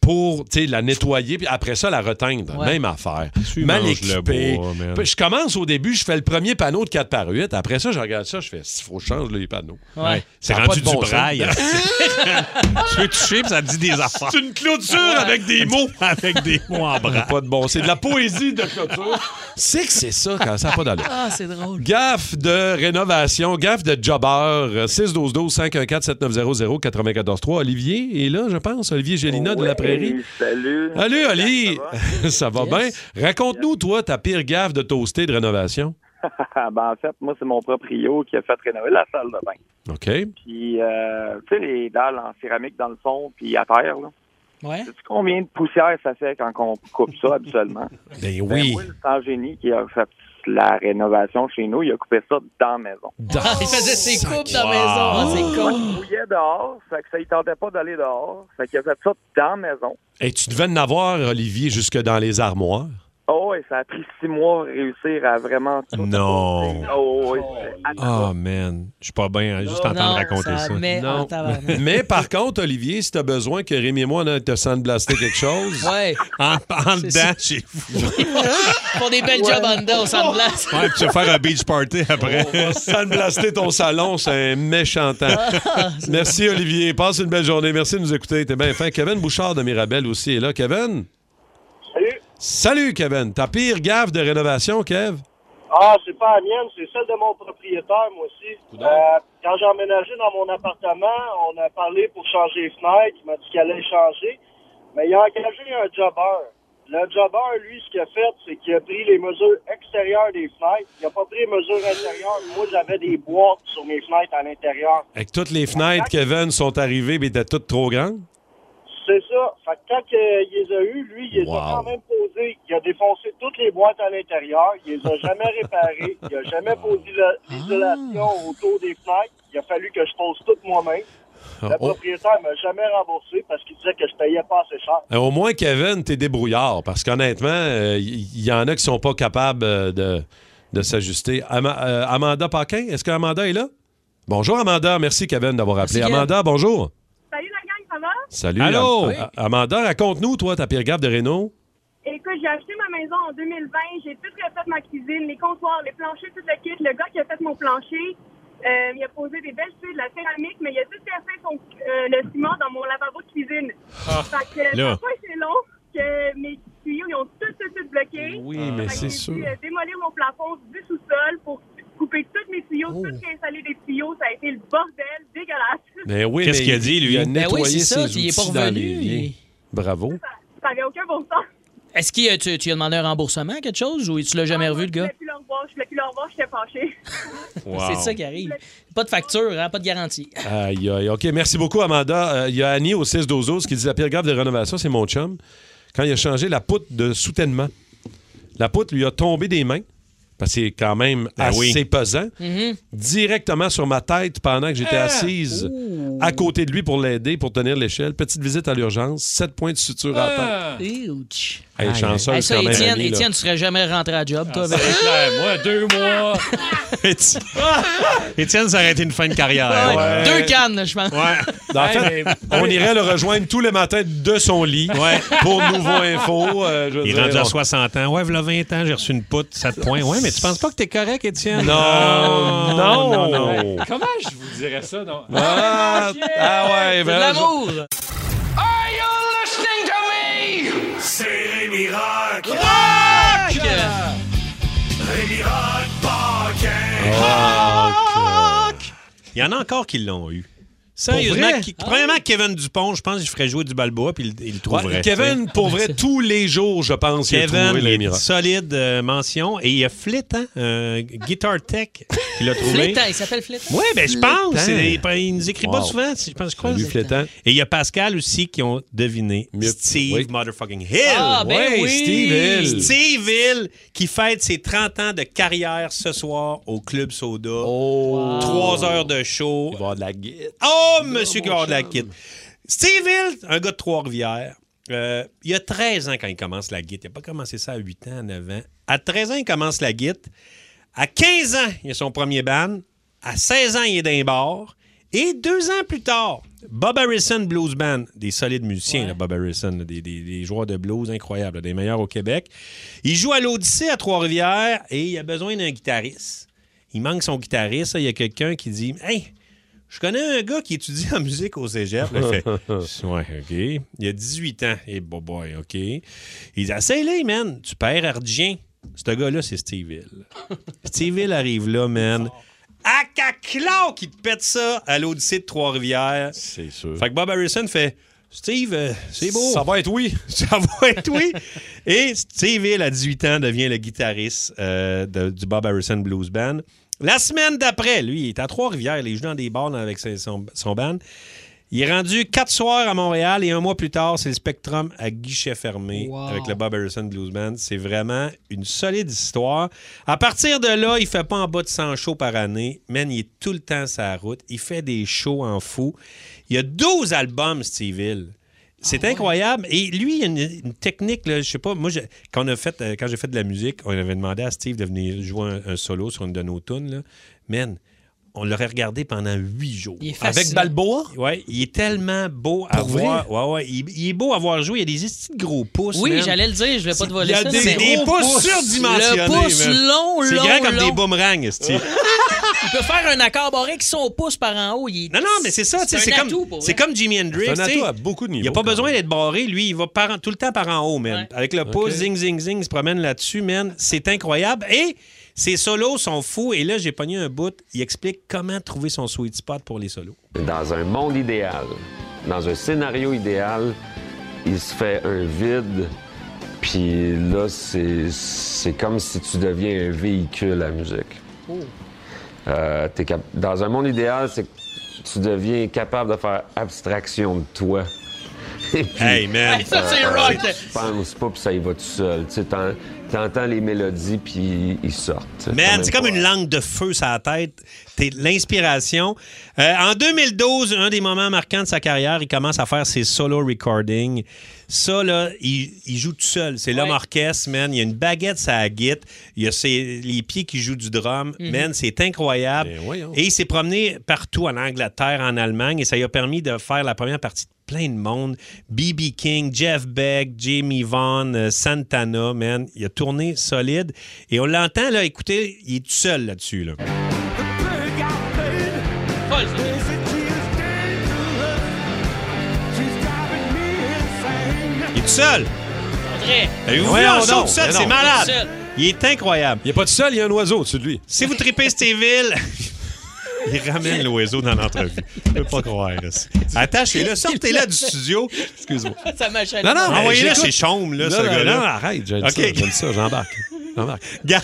pour tu sais, la nettoyer. Puis après ça, la reteindre. Ouais. Même affaire. Tu Mal manges le équipé. bois, man. Puis Je commence au début, je fais le premier panneau de 4 par 8. Après ça, je regarde ça, je fais s'il faut que je change les panneaux. Ouais. C'est Ça a pas rendu de du bon sens. braille. tu peux toucher, puis ça te dit des affaires. C'est une clôture avec des mots. avec des mots en braille. Pas de bon. C'est de la poésie de clôture. C'est que c'est ça quand ça n'a pas d'allure. Ah, c'est drôle. Gaffe de rénovation, gaffe de jobber. 612-12-514-7900-943. Olivier est là, je pense. Olivier Gélina de la Prairie. Salut. Salut, Oli. Ça va, bien? Raconte-nous, toi, ta pire gaffe de toasté de rénovation. ben, en fait, moi, c'est mon proprio qui a fait rénover la salle de bain. OK. Puis, euh, tu sais, les dalles en céramique dans le fond, puis à terre, là. Ouais. Sais-tu combien de poussière ça fait quand on coupe ça habituellement? Ben oui. Will Sangeni, qui a fait la rénovation chez nous, il a coupé ça dans la maison. Ah, Il faisait ses Oh, coupes dans la Ah, maison. Moi, il mouillait dehors, fait que ça ne tentait pas d'aller dehors. Fait qu'il a fait ça dans la maison. Et tu devais en avoir, Olivier, jusque dans les armoires. Oh, et ça a pris six mois de réussir à vraiment tout. Non. Oh, oui, c'est Oh, man. Je suis pas bien, hein, juste Non, entendre non, raconter ça ça. met en tabarnak. Mais par contre, Olivier, si tu as besoin que Rémi et moi on aille te sandblaster quelque chose, Ouais. en, en C'est dedans ça. chez vous. Pour des belles jobs en dedans, on s'en place. Ouais, puis tu vas faire un beach party après. sandblaster ton salon, c'est un méchant temps. Ah, Merci, Olivier. Passe une belle journée. Merci de nous écouter. T'es bien fin. Kevin Bouchard de Mirabel aussi est là. Kevin? Salut. Salut, Kevin. Ta pire gaffe de rénovation, Kev? Ah, c'est pas la mienne, c'est celle de mon propriétaire, moi aussi. Euh, quand j'ai emménagé dans mon appartement, on a parlé pour changer les fenêtres. Il m'a dit qu'il allait changer. Mais il Euh. a engagé un jobber. Le jobber, lui, ce qu'il a fait, c'est qu'il a pris les mesures extérieures des fenêtres. Il a pas pris les mesures intérieures. Moi, j'avais des boîtes sur mes fenêtres à l'intérieur. Avec toutes les fenêtres, Kevin, sont arrivées, mais étaient toutes trop grandes. C'est ça. Fait que quand que il les a eus, lui, il les a quand même posés. Il a défoncé toutes les boîtes à l'intérieur. Il les a jamais réparées. Il a jamais posé la- l'isolation autour des fenêtres. Il a fallu que je pose tout moi-même. Le Oh. propriétaire m'a jamais remboursé parce qu'il disait que je payais pas assez cher. Euh, Au moins, Kevin, t'es débrouillard, parce qu'honnêtement, euh, il y, y en a qui sont pas capables euh, de, de s'ajuster. Ama- euh, Amanda Paquin, est-ce que Amanda est là? Bonjour, Amanda. Merci, Kevin, d'avoir appelé. Kev. Amanda, bonjour. Salut la gang, ça va? Salut. Allô? Am- A- Amanda, raconte-nous, toi, ta pire gaffe de réno. Écoute, j'ai acheté ma maison en 2020, j'ai tout refait ma cuisine, les comptoirs, les planchers, tout le kit. Le gars qui a fait mon plancher, Euh, il a posé des belles tuiles, de la céramique, mais il a tout cassé son, euh, le ciment dans mon lavabo de cuisine. Ah, fait que euh, là. parfois, c'est long que mes tuyaux, ils ont tout, tout, tout bloqué. Oui, Fait mais que c'est j'ai dû, sûr. euh, démolir mon plafond du sous-sol pour couper tous mes tuyaux, Oh. tout réinstaller des tuyaux. Ça a été le bordel dégueulasse. Mais Ben oui, Qu'est-ce mais qu'il a dit, lui? Il a Ben oui, nettoyé c'est ses ça, outils puis il est pas dans revenu, l'évier. il- Bravo. Ça n'avait aucun bon sens. Est-ce que euh, tu, tu lui as demandé un remboursement, quelque chose, ou tu l'as jamais revu, le Je gars? voulais plus le revoir, je voulais plus le revoir, j'étais fâchée. Wow. C'est ça qui arrive. Pas de facture, hein, pas de garantie. Aïe, aïe. OK, merci beaucoup, Amanda. Euh, Il y a Annie au 6 12 qui dit la pire grave de rénovation, c'est mon chum. Quand il a changé la poutre de soutènement, la poutre lui a tombé des mains, parce que c'est quand même Ben assez oui. Mhm. pesant, directement sur ma tête pendant que j'étais Ah! assise Ouh. à côté de lui pour l'aider, pour tenir l'échelle. Petite visite à l'urgence, 7 points de suture Ah! à la tête. Ouch. Hey, Aïe, chanceuse aïe. Hey, ça, quand même, Étienne, Annie, là. Ah, Étienne, tu serais jamais rentré à job, toi. ben. avec- Moi, deux mois. Éti- Étienne, ça aurait été une fin de carrière. Ah, Ouais, Ouais. Deux cannes, je pense. Ah, Dans le Ben, fait, on irait le rejoindre tous les matins de son lit pour Nouveau Info. euh, je veux Il est dire, rendu à on- 60 ans. Ouais, v'là 20 ans, j'ai reçu une poutre, 7 points. Ouais, mais tu penses pas que t'es correct, Étienne? Non, non. non. Comment je vous dirais ça, non? Ah, ah ouais, ben là, je- Are you listening to me? C'est Rémi Rock. Rock! Rémi Rock Parkin. Il y en a encore qui l'ont eu. Sérieusement, vrai? qui- premièrement, Kevin Dupont, je pense qu'il ferait jouer du Balboa puis il, il le Ouais, trouverait. Kevin, tu sais. pour vrai, tous les jours, je pense, qu'il a Kevin, trouvé le il est miracle. solide euh, mention. Et il y a Flit, hein, euh, Guitar Tech, qui l'a trouvé. Flétan, il s'appelle Flétan. Oui, ben je pense. Flétan. Il, il nous écrit pas Wow. souvent. Je pense, je crois. Salut, Flétan. Et il y a Pascal aussi qui ont deviné. Steve oui. motherfucking Hill. Ah, ben Ouais, oui. Steve Hill. Steve Hill qui fête ses 30 ans de carrière ce soir au Club Soda. Oh. Trois heures de show. Il va avoir de la guide. Oh, monsieur qui va avoir de la guide. Steve Hill, un gars de Trois-Rivières. euh, il a 13 ans quand il commence la guide. Il n'a pas commencé ça à 8 ans, 9 ans. À 13 ans, il commence la guide. À 15 ans, il a son premier band. À 16 ans, il est dans les bars. Et deux ans plus tard, Bob Harrison Blues Band, des solides musiciens, là, Bob Harrison, là, des, des- des joueurs de blues incroyables, là, des meilleurs au Québec. Il joue à l'Odyssée à Trois-Rivières et il a besoin d'un guitariste. Il manque son guitariste. là. Il y a quelqu'un qui dit Hey, je connais un gars qui étudie en musique au cégep. Là, il fait, ouais, OK. Il a 18 ans. Et bon boy, OK. Il dit Essaye-le, man. Tu perds Ardien. Ce gars-là, c'est Steve Hill. Steve Hill arrive là, man. Acaclao qui te pète ça à l'Odyssée de Trois-Rivières. C'est sûr. Fait que Bob Harrison fait Steve, euh, c'est beau. Ça va être oui. Ça va être oui. Et Steve Hill, à 18 ans, devient le guitariste euh, de- du Bob Harrison Blues Band. La semaine d'après, lui, il est à Trois-Rivières. Il joue dans des bars dans- avec ses- son, son band. Il est rendu quatre soirs à Montréal et un mois plus tard, c'est le Spectrum à guichet fermé Wow. avec le Bob Harrison Blues Band. C'est vraiment une solide histoire. À partir de là, il fait pas en bas de 100 shows par année. Man, il est tout le temps sur la route. Il fait des shows en fou. Il a 12 albums, Steve Hill. C'est Ah incroyable. Et lui, il a une, une technique, là, je sais pas, moi, je- quand, on a fait, euh, quand j'ai fait de la musique, on avait demandé à Steve de venir jouer un, un solo sur une de nos tunes. là. Man, on l'aurait regardé pendant huit jours. Il est fascinant. Avec Balboa? Oui, il est tellement beau à Pour vrai? voir. Ouais, ouais, il, il est beau à voir jouer. Il y a des petits gros pouces. Oui, man. j'allais le dire, je voulais pas te voler Il y a ça. des, mais- des Gros pouces pouce. surdimensionnés. Le pouce man. long, long, C'est grand comme long. des boomerangs, Steve. Il peut faire un accord barré qui son pouce par en haut. Il... Non, non, mais c'est ça, tu sais, c'est un comme, atout, pour c'est vrai. comme Jimi Hendrix. C'est un atout tu sais. à beaucoup de Il n'y a niveaux, pas quand besoin d'être barré. Lui, il va par en- tout le temps par en haut, man. Avec le pouce, zing, zing, zing, il se promène là-dessus, man. C'est incroyable. Et ses solos sont fous. Et là, j'ai pogné un bout. Il explique comment trouver son sweet spot pour les solos. Dans un monde idéal, dans un scénario idéal, il se fait un vide, puis là, c'est c'est comme si tu deviens un véhicule à musique. Oh. Oh. Euh, t'es cap- dans un monde idéal, c'est que tu deviens capable de faire abstraction de toi. euh, hey, man! ça, c'est rock. Tu penses pas, puis ça y va tout seul. Tu sais, t'en- t'entends les mélodies, puis ils sortent. Man, c'est Quand comme une langue de feu sur la tête. T'es de l'inspiration. Euh, en 2012, un des moments marquants de sa carrière, il commence à faire ses solo recordings. Ça, là, il, il joue tout seul. C'est l'homme orchestre, man. Il a une baguette, ça guite. Il a ses- les pieds qui jouent du drum. Mhm. Man, c'est incroyable. Ben voyons. Et il s'est promené partout en Angleterre, en Allemagne, et ça lui a permis de faire la première partie de plein de monde. B.B. King, Jeff Beck, Jamie Vaughan, euh, Santana, man. Il a tourné solide. Et on l'entend, là, écoutez, il est tout seul là-dessus, là. Big out there. folle, cette musique. Il est tout seul. André. Avez-vous Ben vu Voyons un saut donc, tout seul? mais C'est non. malade. Tout seul. Il est incroyable. Il n'est pas tout seul, il y a un oiseau au-dessus de lui. Si vous tripez Stéville, il ramène l'oiseau dans l'entrevue. Je peux pas croire. ça. Attachez-le, sortez-le du studio. Excuse-moi. Ça m'achète. Non, non, mais envoyez-le j'écoute. chez Chaume, là, Non, ce non, gars-là. non, arrête, j'aime Ok. ça, j'aime ça, j'embarque. J'embarque. Gar-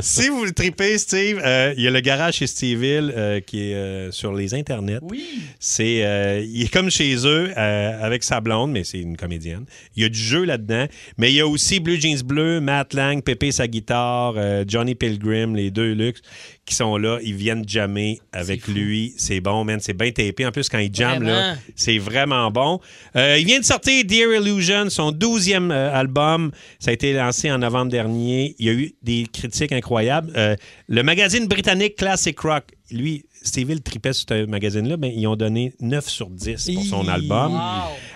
si vous le tripez, Steve, euh, il y a le garage chez Steveville euh, qui est euh, sur les internets. Oui. C'est, euh, il est comme chez eux euh, avec sa blonde, mais c'est une comédienne. Il y a du jeu là-dedans, mais il y a aussi Blue Jeans Bleu, Matt Lang, Pépé sa guitare, euh, Johnny Pilgrim, les deux Lux qui sont là. Ils viennent jammer avec lui. C'est bon, man. C'est bien tapé. En plus, quand il jamme, là, Vraiment. c'est vraiment bon. Euh, il vient de sortir Dear Illusion, son 12e euh, album. Ça a été lancé en novembre dernier. Il y a eu des critiques incroyables. Euh, le magazine britannique Classic Rock, lui, Stevie le tripait sur ce magazine-là, mais ils ont donné 9 sur 10 pour son Hi. album. Wow.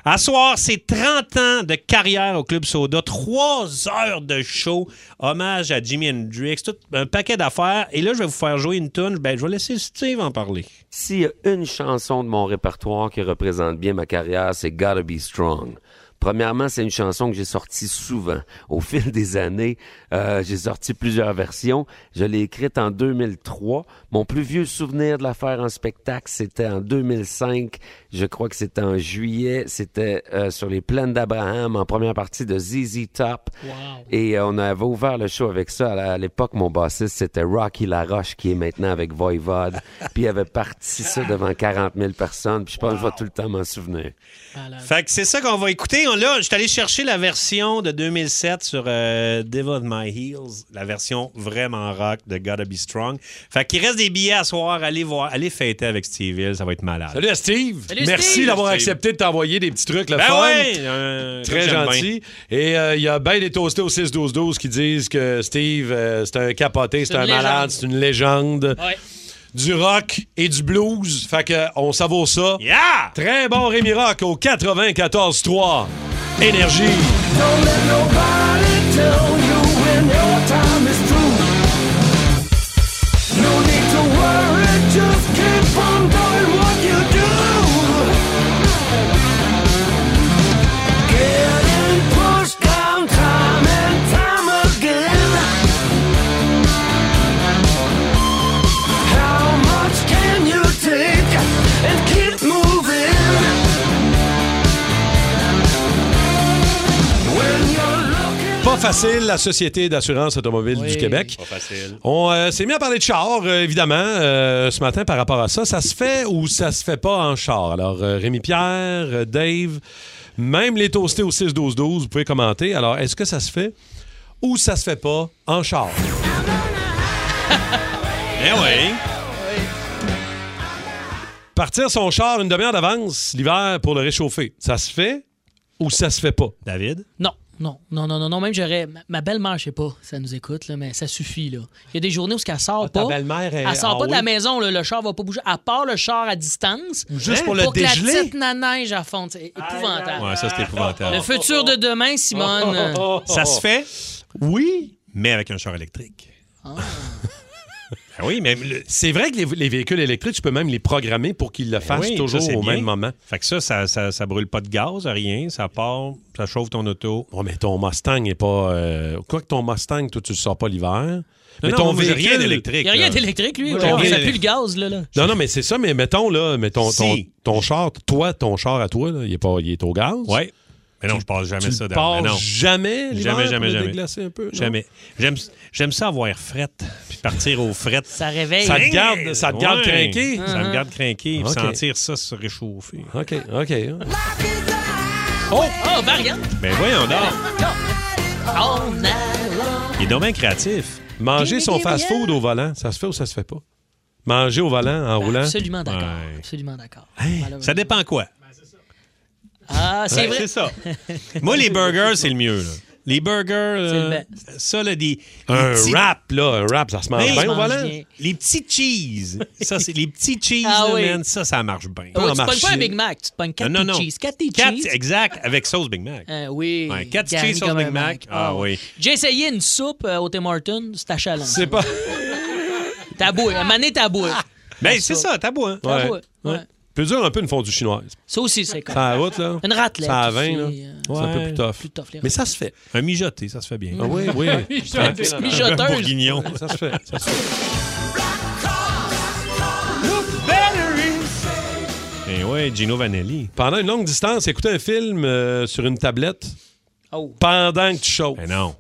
À soir, c'est 30 ans de carrière au Club Soda, 3 heures de show, hommage à Jimi Hendrix, tout un paquet d'affaires. Et là, je vais vous faire jouer une tune. Ben, je vais laisser Steve en parler. S'il y a une chanson de mon répertoire qui représente bien ma carrière, c'est Gotta Be Strong. Premièrement, c'est une chanson que j'ai sortie souvent. Au fil des années, euh, j'ai sorti plusieurs versions. Je l'ai écrite en 2003. Mon plus vieux souvenir de la faire en spectacle, c'était en 2005. Je crois que c'était en juillet. C'était euh, sur les plaines d'Abraham, en première partie de ZZ Top. Et euh, on avait ouvert le show avec ça. À la- À l'époque, mon bassiste, c'était Rocky Laroche, qui est maintenant avec Voivod. Puis il avait parti ça devant 40 000 personnes. Puis je pense que je vais tout le temps m'en souvenir. Fait que c'est ça qu'on va écouter. On l'a, je suis allé chercher la version de 2007 sur euh, Devil My Heels, la version vraiment rock de Gotta Be Strong. Fait qu'il reste des billets à soir. Allez voir, allez fêter avec Steve Hill, ça va être malade. Salut à Steve. Salut, Merci Steve. d'avoir Steve. accepté de t'envoyer des petits trucs, le Ben fun. ouais, euh, Très j'aime gentil. Et euh, il y a bien des toastés au 6-12-12 qui disent que Steve, euh, c'est un capoté, c'est C'est un une malade, légende. c'est une légende. Du rock et du blues. Fait que, euh, on savoure ça. Yeah! Très bon Rémi Rock au 94-3. Énergie. Don't let nobody tell you when your time is through. No need to worry, just keep on doing what you do. Getting pushed down time and time again. How much can you take and keep moving? Pas facile, la Société d'assurance automobile du Québec. Pas facile. On euh, s'est mis à parler de char, euh, évidemment, euh, ce matin par rapport à ça. Ça se fait ou ça se fait pas en char? Alors, euh, Rémi Pierre, euh, Dave, même les toastés au 6-12-12, vous pouvez commenter. Alors, est-ce que ça se fait ou ça se fait pas en char? Eh oui. Partir son char une demi-heure d'avance l'hiver pour le réchauffer, ça se fait ou ça se fait pas? David? Non. Non, non, non, non, non. Même j'aurais. ma- Ma belle-mère, je sais pas, ça nous écoute, là, mais ça suffit, là. Il y a des journées où ce qu'elle sort pas. Ah, Eh, belle-mère est- Elle sort ah pas de la oui? maison, là, le char va pas bouger. À part le char à distance. Hein? juste pour le que la dégeler? petite naneige à fond. C'est épouvantable. Ouais, ça, c'est épouvantable. Le futur de demain, Oh, Simone. Ça se fait? Oui. Mais avec un char électrique. Ah. Ben oui, mais le- Ben C'est vrai que les, les véhicules électriques, tu peux même les programmer pour qu'ils le fassent Oui, toujours ça, c'est au bien. même moment. Fait que ça, ça, ça, ça brûle pas de gaz, rien. Ça part, ça chauffe ton auto. Oh, mais ton Mustang n'est pas. euh, quoi que ton Mustang, toi, tu le sors pas l'hiver. Mais non, ton moi, j'ai véhicule- rien d'électrique, Il n'y a rien d'électrique, lui. Oui, là. oui. Ça pue le gaz, là. là. Non, non, mais c'est ça, mais mettons, là, mettons, ton, Si. ton char, toi, ton char à toi, là, il, est pas, il est au gaz. Oui. Mais non, je passe jamais tu ça le dans- mais passes non. jamais l'hiver Jamais, pour jamais, le jamais. déglacer un peu, non? jamais. J'aime, j'aime ça avoir fret, puis partir au fret. Ça réveille. Ah. Ça te garde- ça te garde crinqué? Ça me garde crinqué, puis Ok. sentir ça se réchauffer. OK, OK. Oh! Oh, variante! Ben voyons donc. Oh, non! Il est dommage créatif. Manger son fast-food au volant, ça se fait ou ça se fait pas? Manger au volant en roulant. Ben, Absolument d'accord. Absolument d'accord. Malheureusement. Ça dépend quoi. Ah, c'est Ouais, vrai. c'est ça. Moi, les burgers, c'est le mieux. là. Les burgers, euh, ça, là, des. Un des petits- wrap, là, un wrap, ça se mange Hey, bien ça au se mange volant. bien. Les petits cheese. Ça, c'est les petits cheese, Ah là, oui. man, ça, ça marche bien. Oh, Ça tu pognes marche pas un bien. Big Mac, tu te pognes 4 non, non. cheese. 4 cheese. Quatre, exact, avec sauce Big Mac. Euh, oui. Ouais, quatre garni cheese sauce comme un Big Mac. Ah oui. J'ai essayé une soupe euh, au Tim Hortons, c'est à Chaland. C'est pas. T'as boué. À Mané, t'as boué. Ben, c'est ça, tabouin. hein. Ouais. Ah, Tabouin, hein? ouais. Plus dur un peu une fondue chinoise. Ça aussi, c'est comme. Ça à la route, là. Une raclette Ça à aussi, 20, là. euh, C'est un peu ouais, plus tough. plus tough, les Mais ça se fait. Un mijoté, ça se fait bien. Ah oui, oui. Un Mijoté. petit Mijoteuse. bœuf bourguignon. Ça se fait. Ça se fait. Ben ouais, Gino Vanelli. Pendant une longue distance, écouter un film euh, sur une tablette Oh. pendant que tu chauffes. Ben non.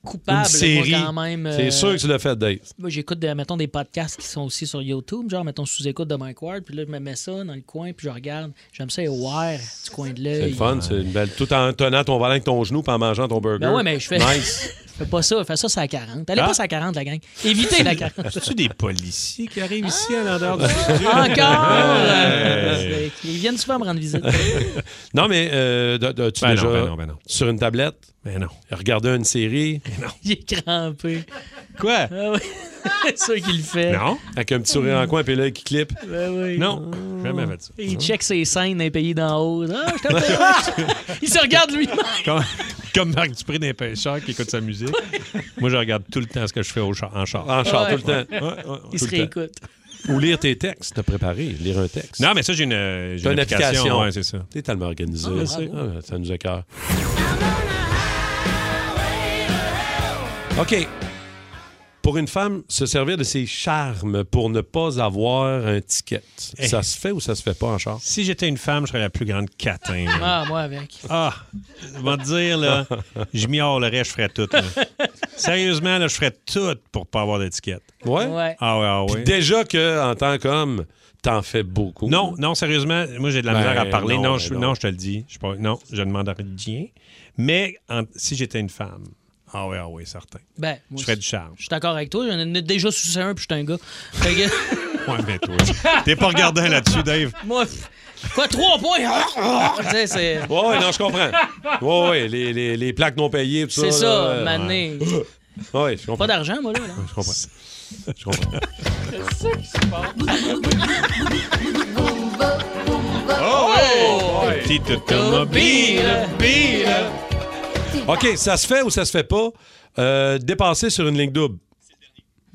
Coupable, Une série. moi, quand même. euh, C'est sûr que tu l'as fait, Dave. Moi, j'écoute, des- mettons, des podcasts qui sont aussi sur YouTube, genre, mettons, sous-écoute de Mike Ward, puis là, je me mets ça dans le coin, puis je regarde. J'aime ça, et wire du coin de l'œil. C'est le fun, c'est une belle. Tout en tenant ton volant avec ton genou puis en mangeant ton burger. Ben ouais, mais je fais. Nice. je fais pas ça, je fais ça, c'est à 40. Allez Ah. pas, c'est à 40, la gang. Évitez la 40. C'est-tu des policiers qui arrivent ici à l'endroit Ah. du studio? Encore! Hey. C'est- Ils viennent souvent me rendre visite. Non, mais euh, de- de- tu Ben non, déjà ben non, ben non. sur une tablette? Ben non. Regarder une série? Il est crampé. Ah Quoi? c'est ça qu'il le fait. Avec un petit sourire en coin, puis là, qui clip. Ben oui. Non, jamais fait ça. Il check ses scènes d'un pays d'en haut. Ah, je t'appelle. Il se regarde lui-même. Comme, comme Marc Dupré d'un pêcheur qui écoute sa musique. Moi, je regarde tout le temps ce que je fais au char- en char. En char, Ouais. tout le temps. Ouais, ouais, ouais, Il tout se le temps. réécoute. Ou lire tes textes, te préparer, lire un texte. Non, mais ça, j'ai une, j'ai T'as une application. Ouais, c'est ça. T'es tellement organisé. Ah, bravo. Ah, ça nous écœure. OK. Pour une femme, se servir de ses charmes pour ne pas avoir un ticket, Hey. ça se fait ou ça se fait pas en char? Si j'étais une femme, je serais la plus grande catin. là. Ah, moi avec. Ah, je vais te dire, là, je miaulerais, je ferais tout. là. Sérieusement, là, je ferais tout pour pas avoir d'étiquette. Ouais? Ouais. Ah ouais, ah Puis ouais. déjà que en tant qu'homme, t'en fais beaucoup. Non, non, sérieusement, moi, j'ai de la Ben, misère à parler. non, Non, ben je, non. non, je te le dis. Je, suis pas- non, je ne demande rien. Mais en- si j'étais une femme, ah ouais, ah ouais, certain. Ben, moi je ferais aussi. du charme. Je suis d'accord avec toi. J'en ai déjà sucé un, puis je suis un gars. Fait que- Ouais, mais toi, t'es pas regardant là-dessus, Dave. moi, pff, quoi, trois points? Ah, Tu sais, c'est Ouais, ouais, non, je comprends. Ouais, ouais, les, les- les plaques non payées, tout ça. c'est ça, là. mané. Ouais, je comprends. Pas d'argent, moi, là. là. Je comprends. Je comprends. Oh, ouais. Petite automobile, bille. OK, ça se fait ou ça se fait pas? euh, dépasser sur une ligne double.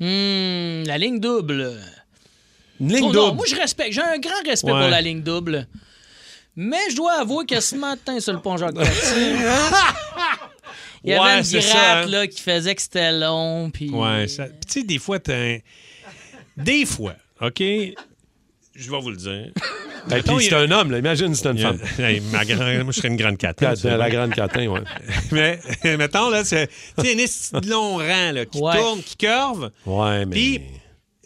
Hmm, la ligne double. Une ligne Oh, non, double. moi, je respecte. J'ai un grand respect Ouais. pour la ligne double. Mais je dois avouer que ce matin, sur le pont jacques cartier il y avait Ouais, une c'est gratte ça, hein. là, qui faisait que c'était long. Puis... Ouais, ça... Puis tu sais, des fois, t'as un... Des fois, OK? Je vais vous le dire. Et Mettons, Ben, puis il y c'est a- un homme, là. Imagine si c'est une il y a- femme. Hey, ma grand- Moi, je serais une grande catane. Quatre- La grande catin, ouais. Mais, mettons, là, c'est tu sais, un esti de long rang là, qui Ouais. tourne, qui curve. Ouais, mais. Puis,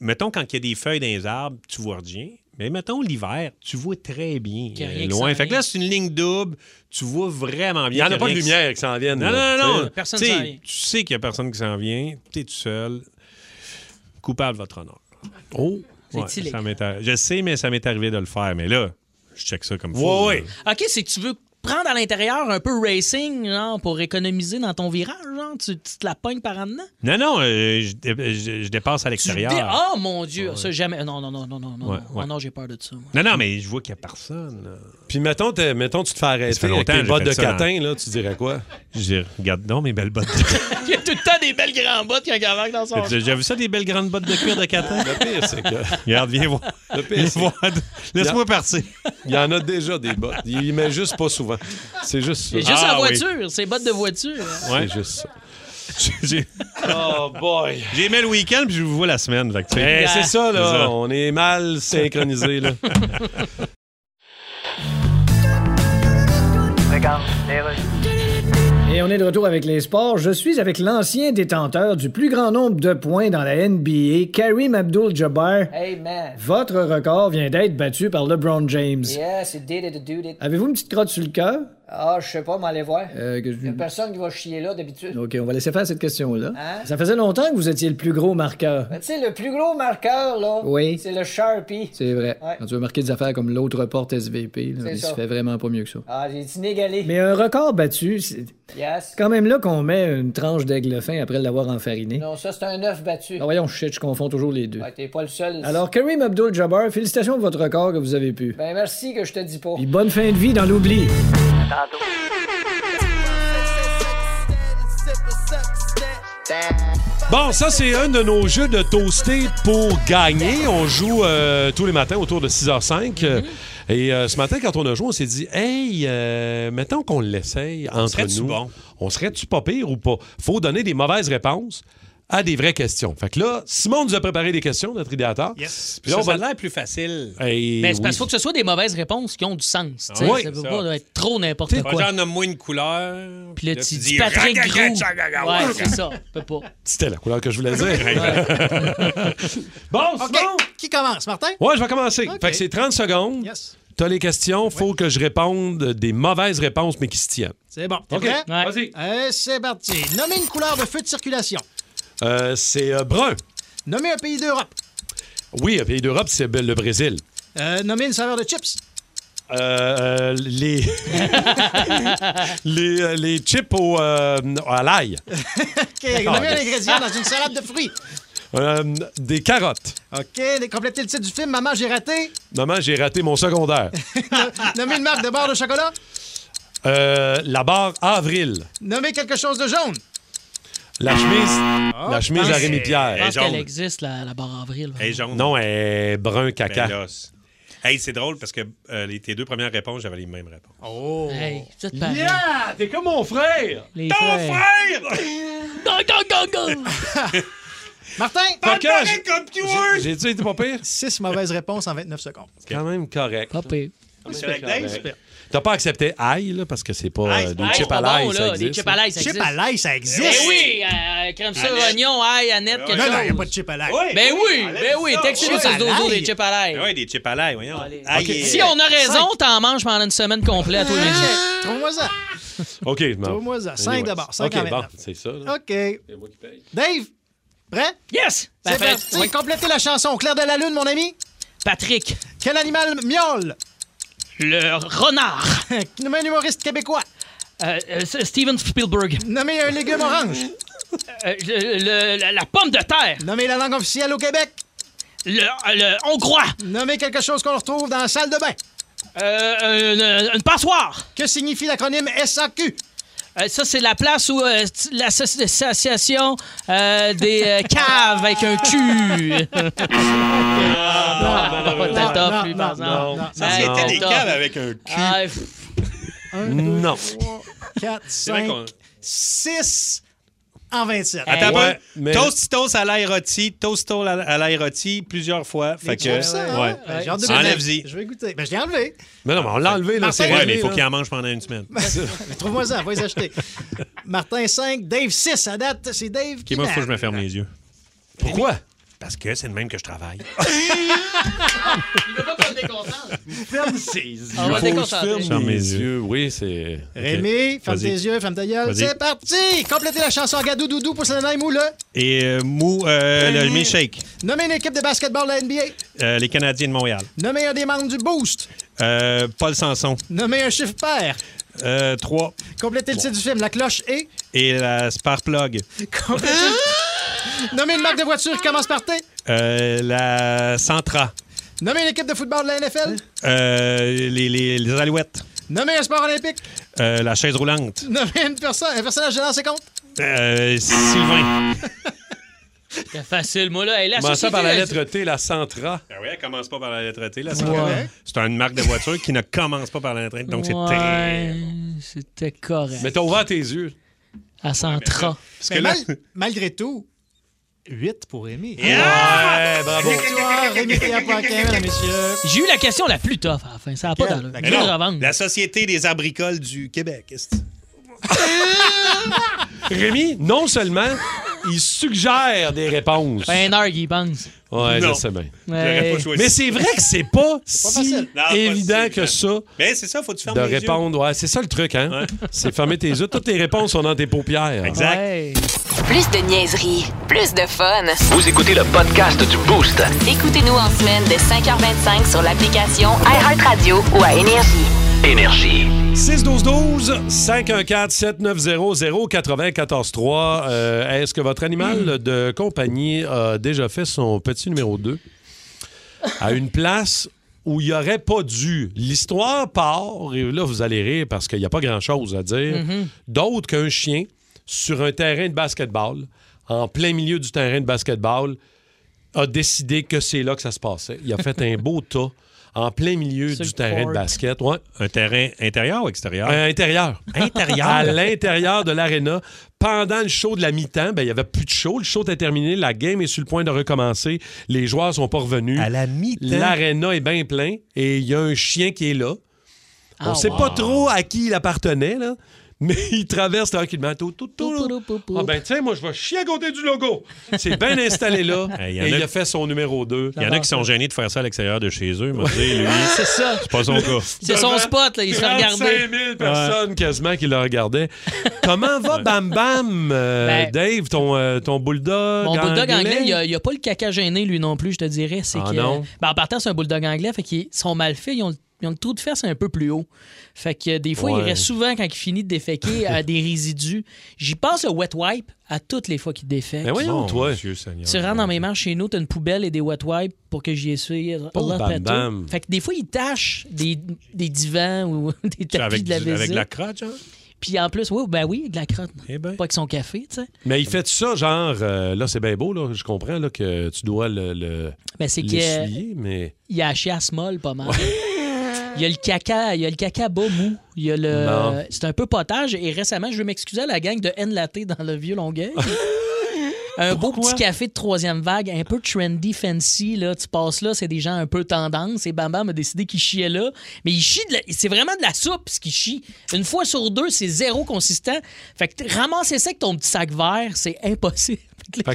mettons, quand il y a des feuilles dans les arbres, tu vois rien. Mais mettons, l'hiver, tu vois très bien Qu'il y a euh, rien qui loin. s'en Fait que là, c'est une ligne double. Tu vois vraiment il n'y bien. en qu'il y a pas de rien qui- lumière qui s'en vienne. Non, là, non, non. tu non. sais. Personne Tu sais, s'en vient. Tu sais qu'il n'y a personne qui s'en vient. Tu es tout seul. Coupable, votre honneur. Oh. C'est illégal. ça m'est arri- Je sais, mais ça m'est arrivé de le faire. Mais là, je check ça comme Ouais, fou. ouais. OK, c'est que tu veux prendre à l'intérieur un peu racing, genre, pour économiser dans ton virage, genre, tu, tu te la pognes par en dedans? Non, non, euh, je, dé- je- je dépasse Tu à l'extérieur. dé- Oh mon Dieu, ça jamais. Non, non, non, non, non, non. Ah. non. Ouais, ouais. Oh non, j'ai peur de ça. moi. Non, non, mais je vois qu'il n'y a personne. là. Puis, mettons, t'es- mettons, tu te fais arrêter Ça fait avec longtemps tes que j'ai bottes fait de ça dans- catin, là, tu dirais quoi? Je dis, regarde donc mes belles bottes. Il y a tout le temps des belles grands bottes qu'un gars embarque dans son. J'ai déjà vu ça, des belles grandes bottes de cuir de catin? Le pire, c'est que. regarde, viens voir. Le Viens pire, c'est voir. Laisse-moi partir. Il y en a déjà des bottes. Il met juste pas souvent. C'est juste ça. C'est juste Ah, la voiture, c'est bottes de voiture. hein. Ouais. C'est juste ça. J'ai Oh boy. j'ai aimé le week-end, puis je vous vois la semaine. Fait que, tu sais, Eh, c'est ça, là. C'est ça. On est mal synchronisés, là. Et on est de retour avec les sports. Je suis avec l'ancien détenteur du plus grand nombre de points dans la NBA, Karim Abdul-Jabbar. Hey, man. Votre record vient d'être battu par LeBron James. Yeah, c'est did it, did it. Avez-vous une petite crotte sur le cœur? Ah, je sais pas, m'aller voir. Euh, que je- Y a personne qui va chier là d'habitude. OK, on va laisser faire cette question-là. Hein? Ça faisait longtemps que vous étiez le plus gros marqueur. Ben, tu sais, le plus gros marqueur, là, Oui. c'est le Sharpie. C'est vrai. Ouais. Quand tu veux marquer des affaires comme l'autre porte SVP, là, C'est il ça. se fait vraiment pas mieux que ça. Ah, j'ai inégalé. Mais un record battu, c'est Yes. quand même là qu'on met une tranche d'aigle fin après l'avoir enfariné. Non, ça, c'est un œuf battu. Ah, voyons, shit, je confonds toujours les deux. Ouais, Ah, T'es pas le seul. Alors, Karim Abdul-Jabbar, félicitations pour votre record que vous avez pu. Ben, merci que je te dis pas. Puis bonne fin de vie dans l'oubli. Tantôt. Bon, ça, c'est un de nos jeux de toasté pour gagner. On joue euh, tous les matins autour de 6h05. Mm-hmm. euh, Et euh, ce matin, quand on a joué, on s'est dit Hey, euh, mettons qu'on l'essaye entre serait-tu nous. bon? On serait-tu pas pire ou pas faut donner des mauvaises réponses à des vraies questions. Fait que là, Simon nous a préparé des questions, notre idéateur. Yes. Puis ça, là, on ça va- a l'air plus facile. Ben, Hey, Mais Ben, c'est parce oui. qu'il faut que ce soit des mauvaises réponses qui ont du sens. tu sais. Oui, ça peut ça. pas être trop n'importe T'sais quoi. J'en nomme-moi une couleur. Puis là, là, tu tu dis dis Patrick ragaga, Grou. chagaga, Ouais, ouais. c'est ça. Peut pas. C'était la couleur que je voulais dire. bon, Simon! Qui commence, Martin? Ouais, je vais commencer. OK. Fait que c'est 30 secondes. Yes. T'as les questions, faut que je réponde des mauvaises réponses, mais qui se tiennent. C'est bon. OK. Vas-y. c'est parti. Nommez une couleur de feu de circulation. Euh, c'est euh, brun. Nommez un pays d'Eurobe. Oui, un pays d'Europe, c'est ben, le Brésil. Euh, nommez une saveur de chips. Euh, euh, les, les, euh, les chips au, euh, à l'ail. OK. Nommez un ingrédient dans une salade de fruits. Euh, des carottes. OK. Complétez le titre du film Maman, j'ai raté. Maman, j'ai raté mon secondaire. Nommez une marque de barre de chocolat. Euh, la barre avril. Nommez quelque chose de jaune. La chemise, Ah, la chemise pense- à Rémi Je Pierre. pense qu'elle existe, la, la barre avril. Elle est jaune. Non, elle est brun caca. Ben là, c'est- Hey, c'est drôle parce que euh, les- tes deux premières réponses, j'avais les mêmes réponses. Oh! Hey, vous êtes pareils. Yeah! T'es comme mon frère! Les Ton frères. frère! Go, go, go, go! Martin, Fait que Martin, j'ai- J'ai dit, t'es pas pire? Six mauvaises réponses en 29 secondes. C'est quand même correct. Pas pire. Respect. Respect. T'as pas accepté ail, là, parce que c'est pas euh, des Ail, chips c'est à pas l'ail, bon, ça là. Des existe. Eh chips à l'ail, ça Chip existe. à l'ail, ça Ben existe. oui, euh, crème sur Annette. oignon, ail, Annette, quelque Non, non, il n'y a chose. pas de chip à l'ail. Ben oui, ben oui, textez-nous Chips sur à le dodo l'ail. des chips à l'ail. Oui, Ah des chips à l'ail, voyons. Aïe, Ok. et- Si on a raison, t'en manges pendant une semaine complète. toi, les gens. Ah! Trouve-moi ça. OK, je m'en- Trouve-moi ça. Cinq Anyway. d'abord, cinq en OK, bon, vingt-neuf. c'est ça. là. OK. Dave, prêt? Yes! C'est Parfait. parti. Oui. Complétez la chanson. Claire de la Lune, mon ami. Patrick, Quel animal miaule? le renard. Nommez un humoriste québécois. Euh, euh, Steven Spielberg. Nommez un légume orange. Euh, le- le- la, la pomme de terre. Nommez la langue officielle au Québec. Le, euh, le hongrois. Nommez quelque chose qu'on retrouve dans la salle de bain. Euh, euh, une- une passoire. Que signifie l'acronyme SAQ? Euh, ça, c'est la place où euh, t- l'association euh, des euh, caves avec un cul. non, Ah, pas non, Delta non, Plus, non, par exemple. non, Ça, Hey, c'était des Delta. caves avec un cul. Ah, pff, Non. 4, vrai 5, qu'on- 6 en 27. Attends, Ouais, pas- mais- Tostitos à l'ail rôti, Tostitos à- à l'ail rôti plusieurs fois. Fait Des que, gros ça, hein? Ben, j'ai hâte de goûter. Enlève-y. Je vais goûter. Ben, je l'ai enlevé. Mais non, mais on l'a enlevé, là, Martin, c'est Ouais, mais réglé, il faut là. qu'il en mange pendant une semaine. Mais Trouve-moi ça, va les acheter. Martin 5, Dave 6. À date, c'est Dave qui. Ok, moi, n'a- faut que je me ferme les yeux. Pourquoi? Parce que c'est le même que je travaille. Il veut pas qu'on le déconcentre. Ferme ses On va Faut le que je déconcentrer. ferme mes mes yeux. Oui, c'est... OK. Rémi, ferme Vas-y. tes yeux, ferme ta gueule. Vas-y. C'est parti! Complétez la chanson Gadou Doudou pour Selena ou le. Et euh, mou, Ben euh, le milkshake. Nommez une équipe de basketball de la NBA. Euh, les Canadiens de Montréal. Nommez un des membres du Boost. Euh, Paul Sanson. Nommez un chiffre pair. Euh, 3. Complétez le titre du film La cloche et. Et la Spark Plug. Complétez le- Nommez une marque de voiture qui commence par T. Euh, la Centra. Nommez une équipe de football de la NFL. Hein? Euh, les, les, les Alouettes. Nommez un sport olympique. Euh, la chaise roulante. Nommez une personne, un personnage de l'ancien compte. Euh, Sylvain. C'était facile, moi, là. Hey, Ah, la Commençons société, par la elle- lettre T, la centra. Ah oui, elle commence pas par la lettre T. là, Ouais. correct. C'est une marque de voiture qui ne commence pas par la lettre T, donc c'est très... Ouais, C'était correct. Mais t'as ouvert tes yeux. À 130. Parce Mais que là... mal- malgré tout, 8 pour Rémi. Ouais, bravo. Victoire, Ah, Rémi Pierre Paquin, mesdames et messieurs. J'ai eu la question la plus tough à la fin. Ça n'a pas Quelle? d'allure. Mais Je vais non, le revendre. la Société des abricoles du Québec. est-ce que- Rémi, non seulement, il suggère des réponses. Fait Ben, une heure qu'il y pense. Ouais, Non. je sais bien. J'aurais pas Ouais. choisi. Mais c'est vrai que c'est pas si facile. Non, pas évident si que ça Mais c'est ça, faut que tu fermes de les yeux. répondre. Ouais, c'est ça le truc, hein? C'est fermer tes yeux. Toutes tes réponses sont dans tes paupières. Exact. Ouais. Plus de niaiserie, plus de fun. Vous écoutez le podcast du Boost. Écoutez-nous en semaine de 5h25 sur l'application iHeartRadio ou à Énergie. Énergie. 612-12, 514-7900-943. Euh, Est-ce que votre animal de compagnie a déjà fait son petit numéro 2 à une place où il n'y aurait pas dû? L'histoire part, et là, vous allez rire parce qu'il n'y a pas grand-chose à dire, d'autre qu'un chien sur un terrain de basketball en plein milieu du terrain de basketball, a décidé que c'est là que ça se passait. Il a fait un beau tas en plein milieu Sur du le terrain court. de basket. Ouais. Un terrain intérieur ou extérieur? Euh, intérieur. Ah. Intérieur. À l'intérieur de l'aréna. Pendant le show de la mi-temps, ben, il n'y avait plus de show. Le show était terminé. La game est sur le point de recommencer. Les joueurs sont pas revenus. À la mi-temps. L'aréna est bien plein et il y a un chien qui est là. On Ah, ne sait wow. pas trop à qui il appartenait, là, mais il traverse tranquillement. Tout, tout, tout, là. Ah ben tiens, moi je vais chier à côté du logo. C'est bien installé là. Hey, y en et a- il a fait son numéro 2. Il y en a qui sont gênés de faire ça à l'extérieur de chez eux. moi, je dis, lui, C'est ça. C'est pas son cas. C'est son spot, là. Il se fait regarder. 35 000 personnes quasiment qui le regardaient. Comment va Bam Bam, euh, Ben- Dave, ton, euh, ton bulldog Mon bulldog anglais, il a- il a, pas le caca gêné, lui non plus, je te dirais. C'est Ah que, non? Ben, en partant, c'est un bulldog anglais, fait qu'ils sont mal faits, ils ont, le- ils ont le trou de fesse un peu plus haut. Fait que euh, des fois, Ouais. il reste souvent, quand il finit de déféquer, à des résidus. J'y passe le wet wipe à toutes les fois qu'il défèque. Ben voyons, toi. Tu rentres dans mes marches chez nous, t'as une poubelle et des wet wipes pour que j'y essuie. Pauvre Allah Oh, Bam fait tout. Bam. Fait que des fois, ils tâchent des, des divans ou des tapis avec de la du- avec visite. de la crotte, genre? Eh ben. Puis en plus, oui, ben oui, avec de la crotte. Pas avec son café, tu sais. Mais il fait ça, genre, euh, là c'est bien beau, là, je comprends là, que tu dois le, le Ben, c'est que- l'essuyer, mais... Il y a la chiasse molle pas mal. Il y a le caca, il y a le caca bas mou. Il y a le. Non. C'est un peu potage. Et récemment, je veux m'excuser à la gang de N Laté dans le vieux Longueuil. Un beau petit café de troisième vague, un peu trendy, fancy. Là. Tu passes là, c'est des gens un peu tendance. Et Bam Bam a décidé qu'il chiait là. Mais il chie, de la- c'est vraiment de la soupe ce qu'il chie. Une fois sur deux, c'est zéro consistant. Fait que ramasser ça avec ton petit sac vert, c'est impossible. Fait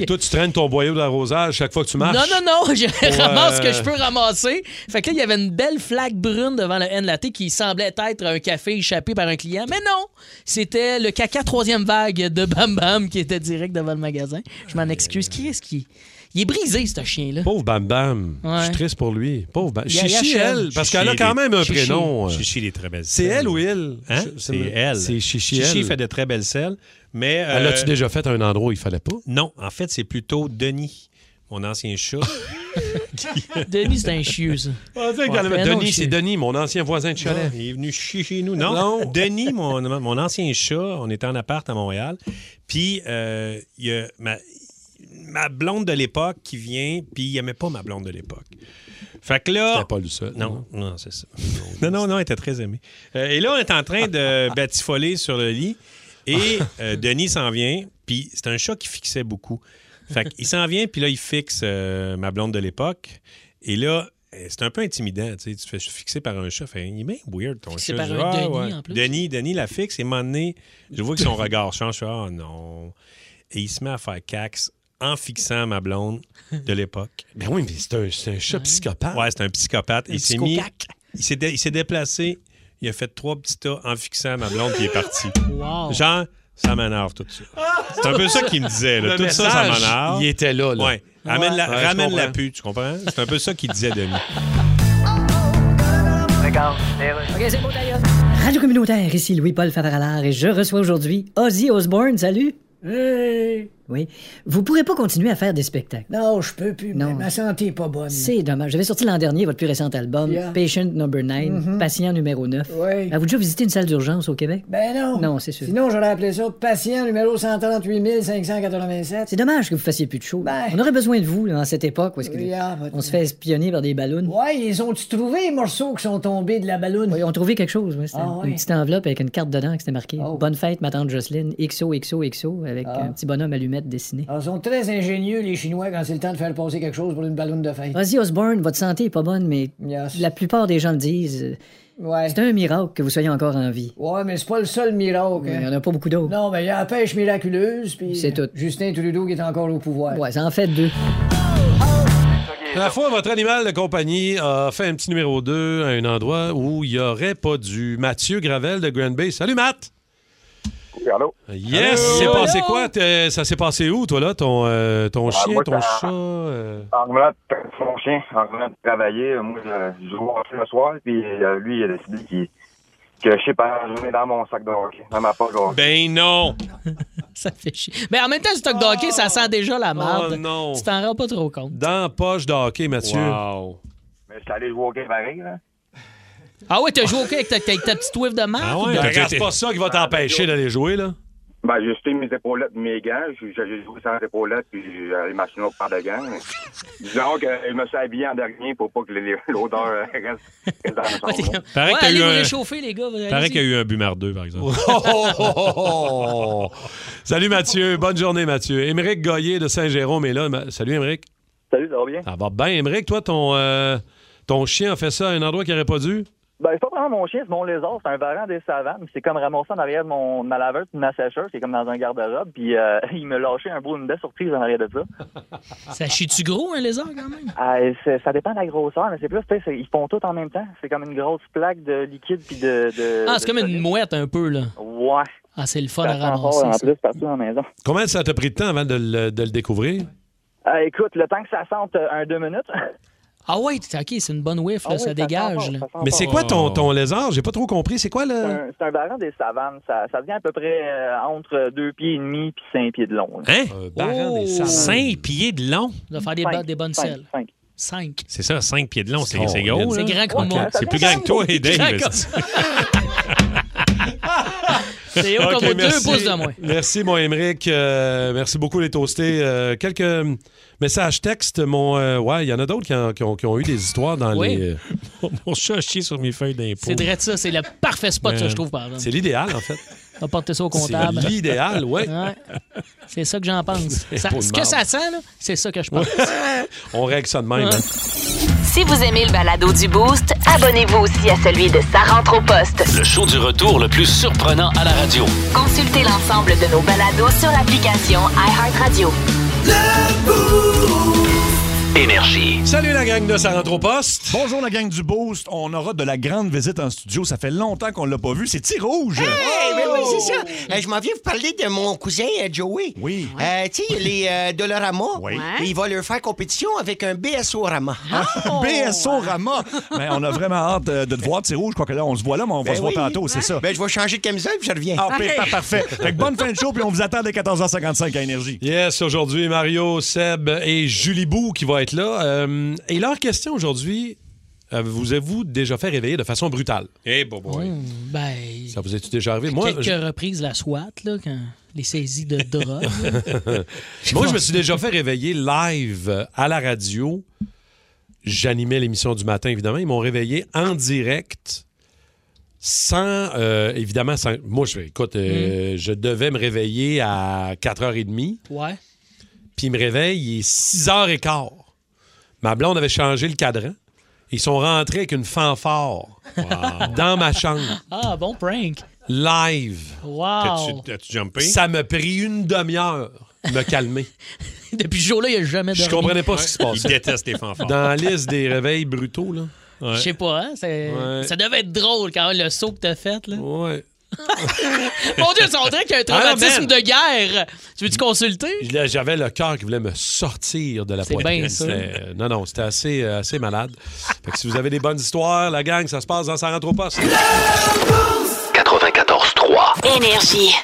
que toi, tu traînes ton boyau d'arrosage chaque fois que tu marches. Non, non, non, je Pour, ramasse ce euh, que je peux ramasser. Fait que là, il y avait une belle flaque brune devant le N Laté qui semblait être un café échappé par un client. Mais non, c'était le caca troisième vague de Bam Bam qui était direct devant le magasin. Je m'en excuse. Qui est-ce qui. Il est brisé, ce chien-là. Pauvre Bam Bam. Ouais. Je suis triste pour lui. Pauvre Bam. Il y a- il y a Chichi, Chichi. elle, parce qu'elle a Chichi, quand même un Chichi. prénom. euh, Chichi, il est très belle. C'est elle ou il? Hein? Je- C'est elle. C'est Chichi, Chichi elle. fait de très belles selles, mais... Elle euh, L'as-tu déjà fait à un endroit où il fallait pas? Non, en fait, c'est plutôt Denis, mon ancien chat. Denis, c'est un chieux, ça. Ouais, mais non, Denis, c'est chier. Denis, mon ancien voisin de Non, chalet. il est venu chier chez nous. Non, Denis, mon, mon ancien chat, on était en appart à Montréal. Puis, euh, il y a ma, ma blonde de l'époque qui vient, puis il n'aimait pas ma blonde de l'époque. Fait que là. C'était pas le seul. Non, non, c'est ça. non, non, non, elle était très aimée. Euh, et là, on est en train de batifoler sur le lit. Et euh, Denis s'en vient, puis c'est un chat qui fixait beaucoup. Fait qu'il s'en vient, puis là, il fixe euh, ma blonde de l'époque. Et là, euh, c'est un peu intimidant, tu sais. Tu te fais fixer par un chat. Fait, il est bien weird, ton Fixé chat. par Je un dis, ah, Denis, en plus. Denis, Denis la fixe. Et à un moment donné, je vois que son regard change. Je fais, ah non. Et il se met à faire cax en fixant ma blonde de l'époque. Ben oui, mais c'est un, c'est un chat psychopathe. Ouais, c'est un psychopathe. Un il s'est mis. psychocac. Il s'est, dé- il s'est déplacé. Il a fait trois petits tas en fixant ma blonde, puis il est parti. Wow. Genre, ça m'énerve tout ça. C'est un peu ça qu'il me disait. là. Le tout ça, ça message, m'énerve. il était là, là. Ouais. Amène la- Ouais, je ramène la comprends. pu, tu comprends? C'est un peu ça qu'il disait, Denis. OK, c'est bon, d'ailleurs. Radio communautaire, ici Louis-Paul Favaralard et je reçois aujourd'hui Ozzy Osbourne. Salut. Oui. Vous pourrez pas continuer à faire des spectacles. Non, je peux plus. mais Non. Ma santé est pas bonne. C'est dommage. J'avais sorti l'an dernier votre plus récent album, Yeah. Patient Number 9, Mhm. Patient numéro 9. Oui. Avez-vous déjà visité une salle d'urgence au Québec? Ben non. Non, c'est sûr. Sinon, j'aurais appelé ça patient numéro 138 587. C'est dommage que vous fassiez plus de show. On aurait besoin de vous là, dans cette époque où est-ce que- Yeah, Ben. ah, votre- on se fait espionner par des ballons. Ouais, ils ont-tu trouvé les morceaux qui sont tombés de la ballonne? Ils ont trouvé quelque chose. ouais, c'était Ah, ouais. Oh. Une petite enveloppe avec une carte dedans qui c'était marqué Bonne fête, ma tante Jocelyne, XO, XO, XO, avec Ah. un petit bonhomme allumette dessiné. Alors, ils sont très ingénieux, les Chinois, quand c'est le temps de faire passer quelque chose pour une ballonne de fête. Ozzy Osbourne, votre santé est pas bonne, mais Yes. la plupart des gens le disent. Ouais. C'est un miracle que vous soyez encore en vie. Ouais, mais c'est pas le seul miracle. Il hein. n'y en a pas beaucoup d'autres. Non, mais il y a la pêche miraculeuse, puis. C'est tout. Justin Trudeau qui est encore au pouvoir. Ouais, ça en fait deux. La fois, votre animal de compagnie a fait un petit numéro 2 à un endroit où il n'y aurait pas du Mathieu Gravel de Grand Bay. Salut, Matt! allô? Yes! Allô? C'est passé Allô? quoi? T'es- Ça s'est passé où, toi, là? Ton, euh, ton Ah, chien, moi, ton ça- chat? euh? En revenant de son chien, en revenant de travailler, euh, moi, je, je rentrais le soir, puis euh, lui, il a décidé qu'il, que je sais pas, je mets dans mon sac de hockey, dans ma poche de hockey. Ben non! Ça fait chier. Mais en même temps, le stock de hockey, ça sent déjà la merde. Ah! Oh non. Tu t'en rends pas trop compte. Dans la poche de hockey, Mathieu. Ah Wow. Mais je suis allé jouer au hockey pareil, là. Ah ouais, t'as joué au hockey avec ta, avec ta petite whiff de merde? Ah, Regarde, c'est pas ça qui va t'empêcher d'aller jouer, là. Ben, j'ai jeté mes épaulettes, mes gants. J'ai j'ai joué sans épaulettes, puis j'ai machines au par de gants. Disons que je me suis habillé en dernier pour pas que les- l'odeur euh, reste, reste dans le Ouais, t'es son. comme- Ah Paraît ouais, que t'as allez eu vous un- réchauffer, les gars. vous- Paraît allez-y. qu'il y a eu un Bumard 2, par exemple. Oh! Salut Mathieu, bonne journée Mathieu. Émeric Goyer de Saint-Jérôme est là. Ma- Salut Émeric. Salut, ça va bien? Ça va bien, Émeric, toi, ton, euh, ton chien a fait ça à un endroit qu'il n'aurait pas dû? Ben, c'est pas vraiment mon chien, c'est mon lézard, c'est un varan des savanes. puis C'est comme ramassé en arrière de mon, de ma laveuse, de ma sécheuse, c'est comme dans un garde-robe. Puis euh, il me lâchait un beau, une belle surprise en arrière de ça. Ça chie-tu gros, un lézard, quand même? Ah, c'est- ça dépend de la grosseur, mais c'est plus, tu sais, c'est- ils font tout en même temps. C'est comme une grosse plaque de liquide puis de. de- Ah, c'est de comme une solide. mouette, un peu, là. Ouais. Ah, c'est le fun Ça à sent ramasser. fort, en ça. plus partout dans la maison. Combien ça t'a pris de temps avant de le, de le découvrir? Ah, écoute, le temps que ça sente euh, un deux minutes. Ah ouais, t'es- ok, c'est une bonne whiff, là, Ah ouais, ça, ça sent dégage. fort, là. ça sent Mais c'est quoi ton, ton lézard? J'ai pas trop compris. C'est quoi C'est le. un- C'est un baran des savanes. Ça, ça devient à peu près euh, entre deux pieds et demi puis cinq pieds de long. là. Hein? baran des savanes. Cinq pieds de long? De faire des, Cinq, bo- des bonnes cinq, selles. cinq. Cinq. C'est ça, cinq pieds de long, c'est c'est Oh, gros. C'est là. grand comme moi. C'est plus grand que toi et C'est grand Dave. comme- C'est haut Ok, comme deux merci. pouces de moins. Merci, mon Émeric. Euh, merci beaucoup, les toastés. Euh, quelques messages textes. Mon, euh, ouais, il y en a d'autres qui, en- qui ont, qui ont eu des histoires dans Oui. les. euh, Mon- Mon chat a chié sur mes feuilles Euh, d'impôt. C'est vrai de ça, c'est le parfait spot, ça, je trouve, par C'est exemple. l'idéal, en fait. On va porter ça au comptable. C'est l'idéal, ouais. C'est ça que j'en pense. C'est Ça- pas de ce que marde. ça sent, là, c'est ça que je pense. On règle ça de même. Ouais. hein. Si vous aimez le balado du Boost, abonnez-vous aussi à celui de Sa rentre au poste. Le show du retour le plus surprenant à la radio. Consultez l'ensemble de nos balados sur l'application iHeartRadio. Énergie. Salut la gang de Ça rentre au poste. Bonjour la gang du Boost. On aura de la grande visite en studio. Ça fait longtemps qu'on l'a pas vu. C'est Tir Rouge. Hey, ben oui, c'est ça. Oh! Euh, je m'en viens vous parler de mon cousin euh, Joey. Oui. tu sais, les euh, Dolorama. Oui. Ah! Il va leur faire compétition avec un BSO-rama. BSO Rama. Ah, Mais Ben, on a vraiment hâte euh, de te voir, Tir Rouge. Je crois que là, on se voit là, mais on va Ben se voir oui. tantôt, c'est ça. Ben, je vais changer de camisole puis je reviens. Ah, p- pa- parfait. Fait que bonne fin de show, puis on vous attend dès 14h55 à Énergie. Yes, aujourd'hui, Mario, Seb et Julie Bou qui va être là. Euh, et leur question aujourd'hui, euh, vous avez-vous déjà fait réveiller de façon brutale? Eh, bon, bon. Hum, ben, Ça vous est-tu déjà arrivé? Moi, quelques je- reprises la SWAT, là, quand les saisies de drogue. Hein? Moi, je me suis déjà fait réveiller live euh, à la radio. J'animais l'émission du matin, évidemment. Ils m'ont réveillé en direct, sans, euh, évidemment, sans... Moi, je, écoute, euh, je devais me réveiller à 4h30. ouais. Puis il me réveille, il est 6h15. Ma blonde avait changé le cadran. Ils sont rentrés avec une fanfare dans ma chambre, Ah, bon prank. live. Wow. jumpé? Ça m'a pris une demi-heure de me calmer. Depuis ce jour-là, il n'y a jamais de. Je comprenais pas ce qui se passait. Il déteste les fanfares. Dans la liste des réveils brutaux, là. Je sais pas, hein? c'est- Ouais. Ça devait être drôle quand même, le saut que t'as fait, là. Ouais. Mon Dieu, ça on dirait qu'il y a un Ah, traumatisme man. de guerre. Tu veux-tu consulter? Là, J'avais le cœur qui voulait me sortir de la C'est poitrine. bien ça. C'était- Non, non, c'était assez, euh, assez malade. Fait que si vous avez des bonnes histoires, la gang, ça se passe dans sa rentre au poste. 94-3. Énergie.